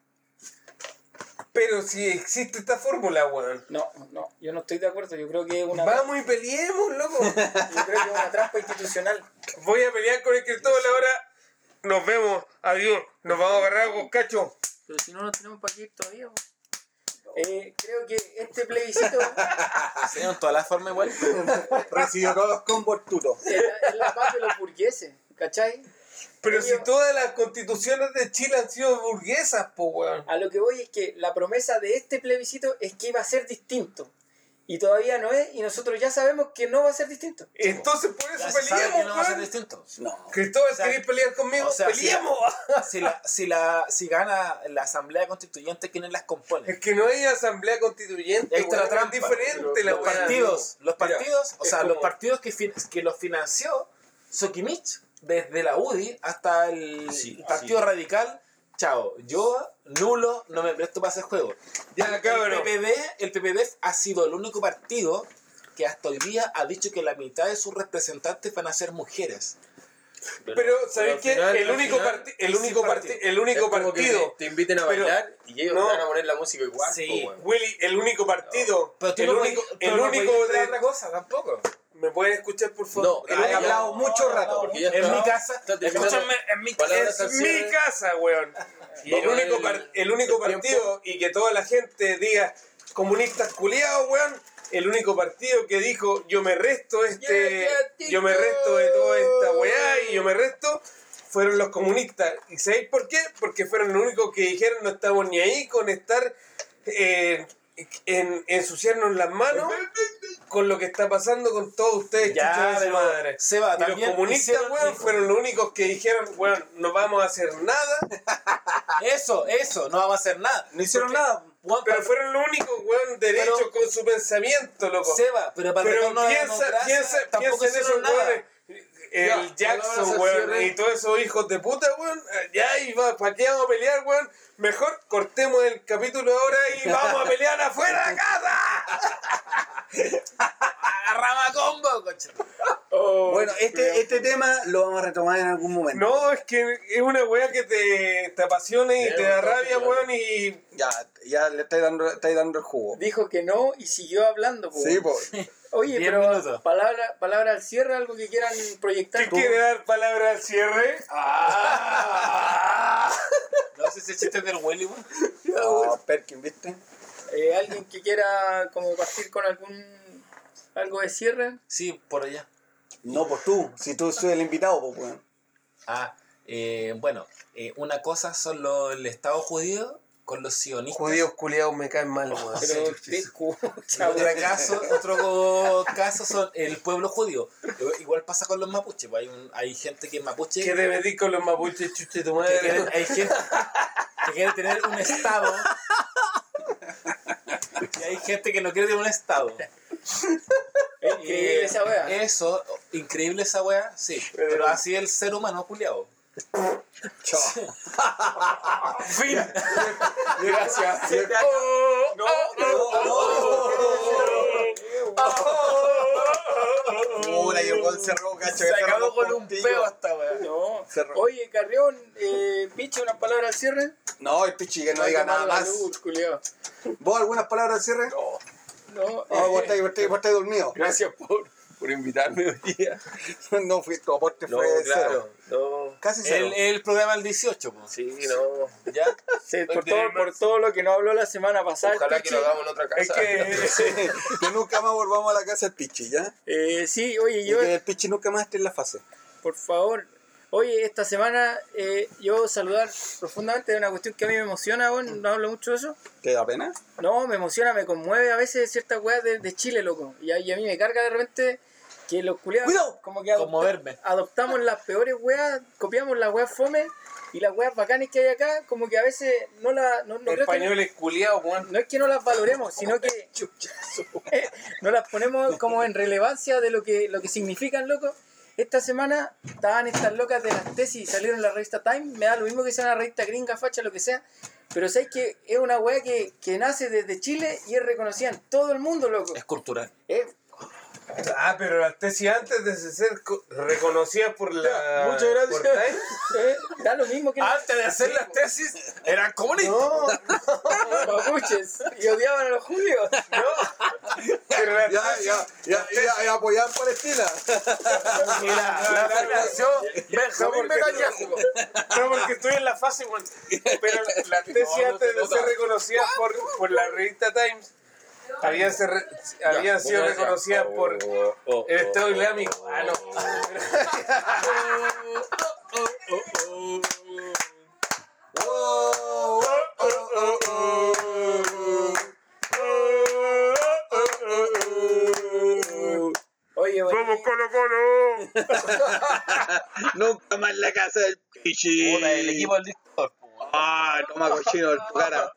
S1: Pero si existe esta fórmula, weón.
S4: No, no, yo no estoy de acuerdo. Yo creo que es una,
S1: Vamos y peleemos,
S5: <laughs>
S1: loco.
S4: yo creo que es una trampa institucional.
S1: Voy a pelear con el Cristóbal ahora. Nos vemos. Adiós. Nos vamos a agarrar con cacho.
S4: Pero si no nos tenemos para ir todavía, po. Eh, creo que este plebiscito es
S5: Hacemos todas las formas igual.
S3: <laughs> Recibió todos los combos turos.
S4: la, es la paz de los burgueses, ¿cachai?
S1: Pero si
S4: Oye.
S1: todas las constituciones de Chile han sido burguesas, po, weón.
S4: A lo que voy es que la promesa de este plebiscito es que iba a ser distinto. Y todavía no es, y nosotros ya sabemos que no va a ser distinto.
S1: Entonces por eso
S5: Ya se sabe que no
S1: peleamos,
S5: va a ser
S1: weón.
S5: distinto.
S3: No.
S1: Cristóbal,
S5: O sea,
S1: ¿queréis pelear conmigo?
S5: o sea, si-
S1: ¡Peleamos!
S5: Si, la, si, la, si gana la asamblea constituyente, ¿quiénes las componen?
S1: Es que no hay asamblea constituyente,
S5: Ahí está la
S1: weón,
S5: trampa.
S1: es diferente la
S5: Los
S1: weá.
S5: partidos, los
S1: Mira,
S5: partidos, o
S1: es
S5: sea,
S1: como-
S5: los partidos que, fin- que los financió Sokimich, desde la UDI hasta el
S6: Sí,
S5: Partido
S6: sí.
S5: Radical, chao, yo nulo, no me presto para ese juego.
S1: Ya, cabrón.
S5: El PPD, el PPD ha sido el único partido que hasta hoy día ha dicho que la mitad de sus representantes van a ser mujeres.
S1: Pero, ¿sabéis
S6: al
S1: qué?
S6: final-
S1: El
S6: al
S1: único,
S6: final
S1: parti- el
S5: es
S1: único,
S5: sin
S1: parti-
S5: partido.
S1: el único
S6: es como que
S1: partido.
S6: te- Te inviten a
S1: Pero-
S6: bailar y ellos
S1: no.
S6: van a poner la música igual.
S5: Sí.
S6: po, weón.
S1: Willy, el único partido.
S5: Pero tú
S1: el
S5: no
S1: único,
S5: podías-
S1: el
S5: pero no
S1: único
S5: podías
S1: de-
S5: traer otra cosa tampoco.
S1: ¿Me pueden escuchar, por
S6: No,
S1: favor? El
S5: He
S6: ah,
S1: único-
S6: ya.
S5: hablado mucho rato.
S6: porque ya
S5: en
S6: está-
S5: mi casa.
S6: está terminando.
S5: Escúchame, en mi casa.
S6: Palabras al
S1: Es mi
S6: cierre.
S1: casa, weón. Y el
S6: Vamos
S1: único,
S6: al-
S1: par- el único
S6: al tiempo.
S1: partido y que toda la gente diga comunistas culiados, weón. El único partido que dijo yo me resto este, yo me resto de toda esta weá y yo me resto fueron los comunistas. ¿Y sabéis por qué? Porque fueron los únicos que dijeron no estamos ni ahí con estar eh, en ensuciarnos las manos con lo que está pasando con todos ustedes,
S5: Ya,
S1: chucha de su
S5: pero,
S1: madre.
S5: Seba,
S1: Y los
S5: también
S1: comunistas,
S5: hicieron-
S1: weón, fueron los únicos que dijeron, weón, no vamos a hacer nada,
S5: Eso, eso, no vamos a hacer nada. No hicieron nada.
S1: pero fueron los únicos, weón, derechos
S5: Pero-
S1: con su pensamiento, loco.
S5: Seba, pero para
S1: pero
S5: retorno a la
S1: piensa,
S5: democracia,
S1: piensa,
S5: tampoco
S1: piensa en esos
S5: hicieron nada.
S1: weones. El
S6: Ya, palabras
S1: Jackson,
S6: al
S1: weón,
S6: cierre.
S1: y todos esos hijos de puta, weón. eh, Ya, y va, ¿para qué vamos a pelear, weón? Mejor cortemos el capítulo ahora y vamos a pelear afuera de casa.
S5: Agarraba combo, coche.
S6: Oh.
S3: Bueno, este, este tema lo vamos a retomar en algún momento.
S1: No, es que es una weá que te, te apasiona y
S6: Ya,
S1: te
S6: no,
S1: da
S6: está
S1: rabia,
S6: peleando.
S1: weón, y
S3: Ya, ya le estáis dando, estáis dando el jugo.
S4: Dijo que no y siguió hablando. po.
S3: Sí, <laughs> pues.
S4: Oye,
S5: Diez
S4: pero
S5: minutos.
S4: palabra, palabra al cierre, algo que quieran proyectar.
S1: ¿Qué quiere dar palabra al cierre?
S5: No sé si ese chiste es del Willy, weón.
S3: No, Ah, Perkin, ¿viste?
S4: Eh, alguien que quiera como partir con algún algo de cierre.
S5: Sí, por allá.
S3: No, pues tú. Si tú soy el invitado, pues, weón.
S5: Ah, eh, bueno, eh, una cosa son los, el Estado judío con los
S3: Oh,
S5: sionistas.
S1: Judíos culiados me caen mal, weón.
S4: Pero te <laughs>
S5: Y
S4: escucha,
S5: otro
S4: weón.
S5: caso, otro caso son el pueblo judío. Igual pasa con los mapuches. pues, Hay, un- hay gente que es mapuche.
S1: ¿Qué te metís con los mapuches, chuche tu
S5: que
S1: madre?
S5: quieren- hay gente que quiere tener un estado y hay gente que no quiere tener un estado
S4: Es increíble esa wea.
S5: eso increíble esa wea sí pero así el ser humano culiado
S3: Chao.
S1: Fin.
S3: Gracias.
S4: Oh,
S1: No, no,
S3: Pura, y el gol cerró, cacho. que
S5: se
S3: cerramos
S5: acabó con un
S3: contigo.
S5: peo esta wea
S4: No.
S3: Cerró.
S4: Oye, Carrión, eh, piche, unas palabras al cierre.
S3: este No, el pichi que no diga nada
S4: Tomar la
S3: más.
S4: luz, culiao.
S3: ¿Vos algunas palabras al cierre?
S4: No,
S3: Ah, vos
S4: eh,
S3: estáis- vos estáis vos estáis dormido.
S6: Gracias por, por invitarme hoy día.
S3: <laughs> No fui tu aporte,
S6: No,
S3: fue cero.
S6: claro. No.
S3: Casi cero. <laughs>
S5: El, el programa del 18, pues.
S6: Sí, no.
S5: ¿Ya?
S4: sí, por, todo, por todo lo que no habló la semana pasada.
S6: Ojalá que
S4: Pichi,
S6: lo hagamos en otra
S4: Es
S6: casa.
S4: que.
S3: que nunca más volvamos a la casa del Pichi, ¿ya?
S4: eh, sí, oye,
S3: Y
S4: yo.
S3: que el Pichi nunca más esté en la fase.
S4: Por favor. Oye, esta semana eh, yo saludar profundamente de una cuestión que a mí me emociona, weón, no hablo mucho de eso.
S3: ¿Te da pena?
S4: No, me emociona, me conmueve a veces ciertas weas de, de Chile, loco. Y a, y a mí me carga de repente que los culiados
S3: ¡Cuidado!
S4: como que adopta-
S5: Conmoverme.
S4: adoptamos las peores weas, copiamos las weas fome y las weas bacanes que hay acá, como que a veces no las... No, no creo que-
S6: Españoles culiados, weón.
S4: no es que no las valoremos, sino que <laughs> no las ponemos como en relevancia de lo que, lo que significan, loco. Esta semana estaban estas locas de las tesis, salieron en la revista Time, me da lo mismo que sea una revista gringa, facha, lo que sea, pero sabéis que es una weá que, que nace desde Chile y es reconocida en todo el mundo, loco.
S5: Es cultural.
S4: Es
S1: Ah, pero las tesis antes de ser co- reconocidas por la.
S5: muchas gracias.
S1: por Time,
S4: Eh, <laughs> da lo mismo que
S5: Antes de hacer las tesis, eran comunistas.
S4: los mapuches y odiaban a los judíos.
S5: <laughs>
S1: pero las
S3: Ya,
S1: tesis-
S3: ya, ya, ya, ya apoyar Palestina.
S5: Mira, la generación Benjamín
S1: No, porque-
S5: Netanyahu.
S1: No, porque estoy en la fase, weón. Pero las tesis
S5: No, no
S1: antes
S5: se
S1: de
S5: nota.
S1: ser reconocidas por, por la revista Times habían, ser- habían sido reconocidas por el Estado Islámico. Ah, no.
S4: Oye, oye.
S3: Nunca más en la casa del Pichi.
S5: Puta, el equipo del
S3: Ah, toma cochino en tu cara.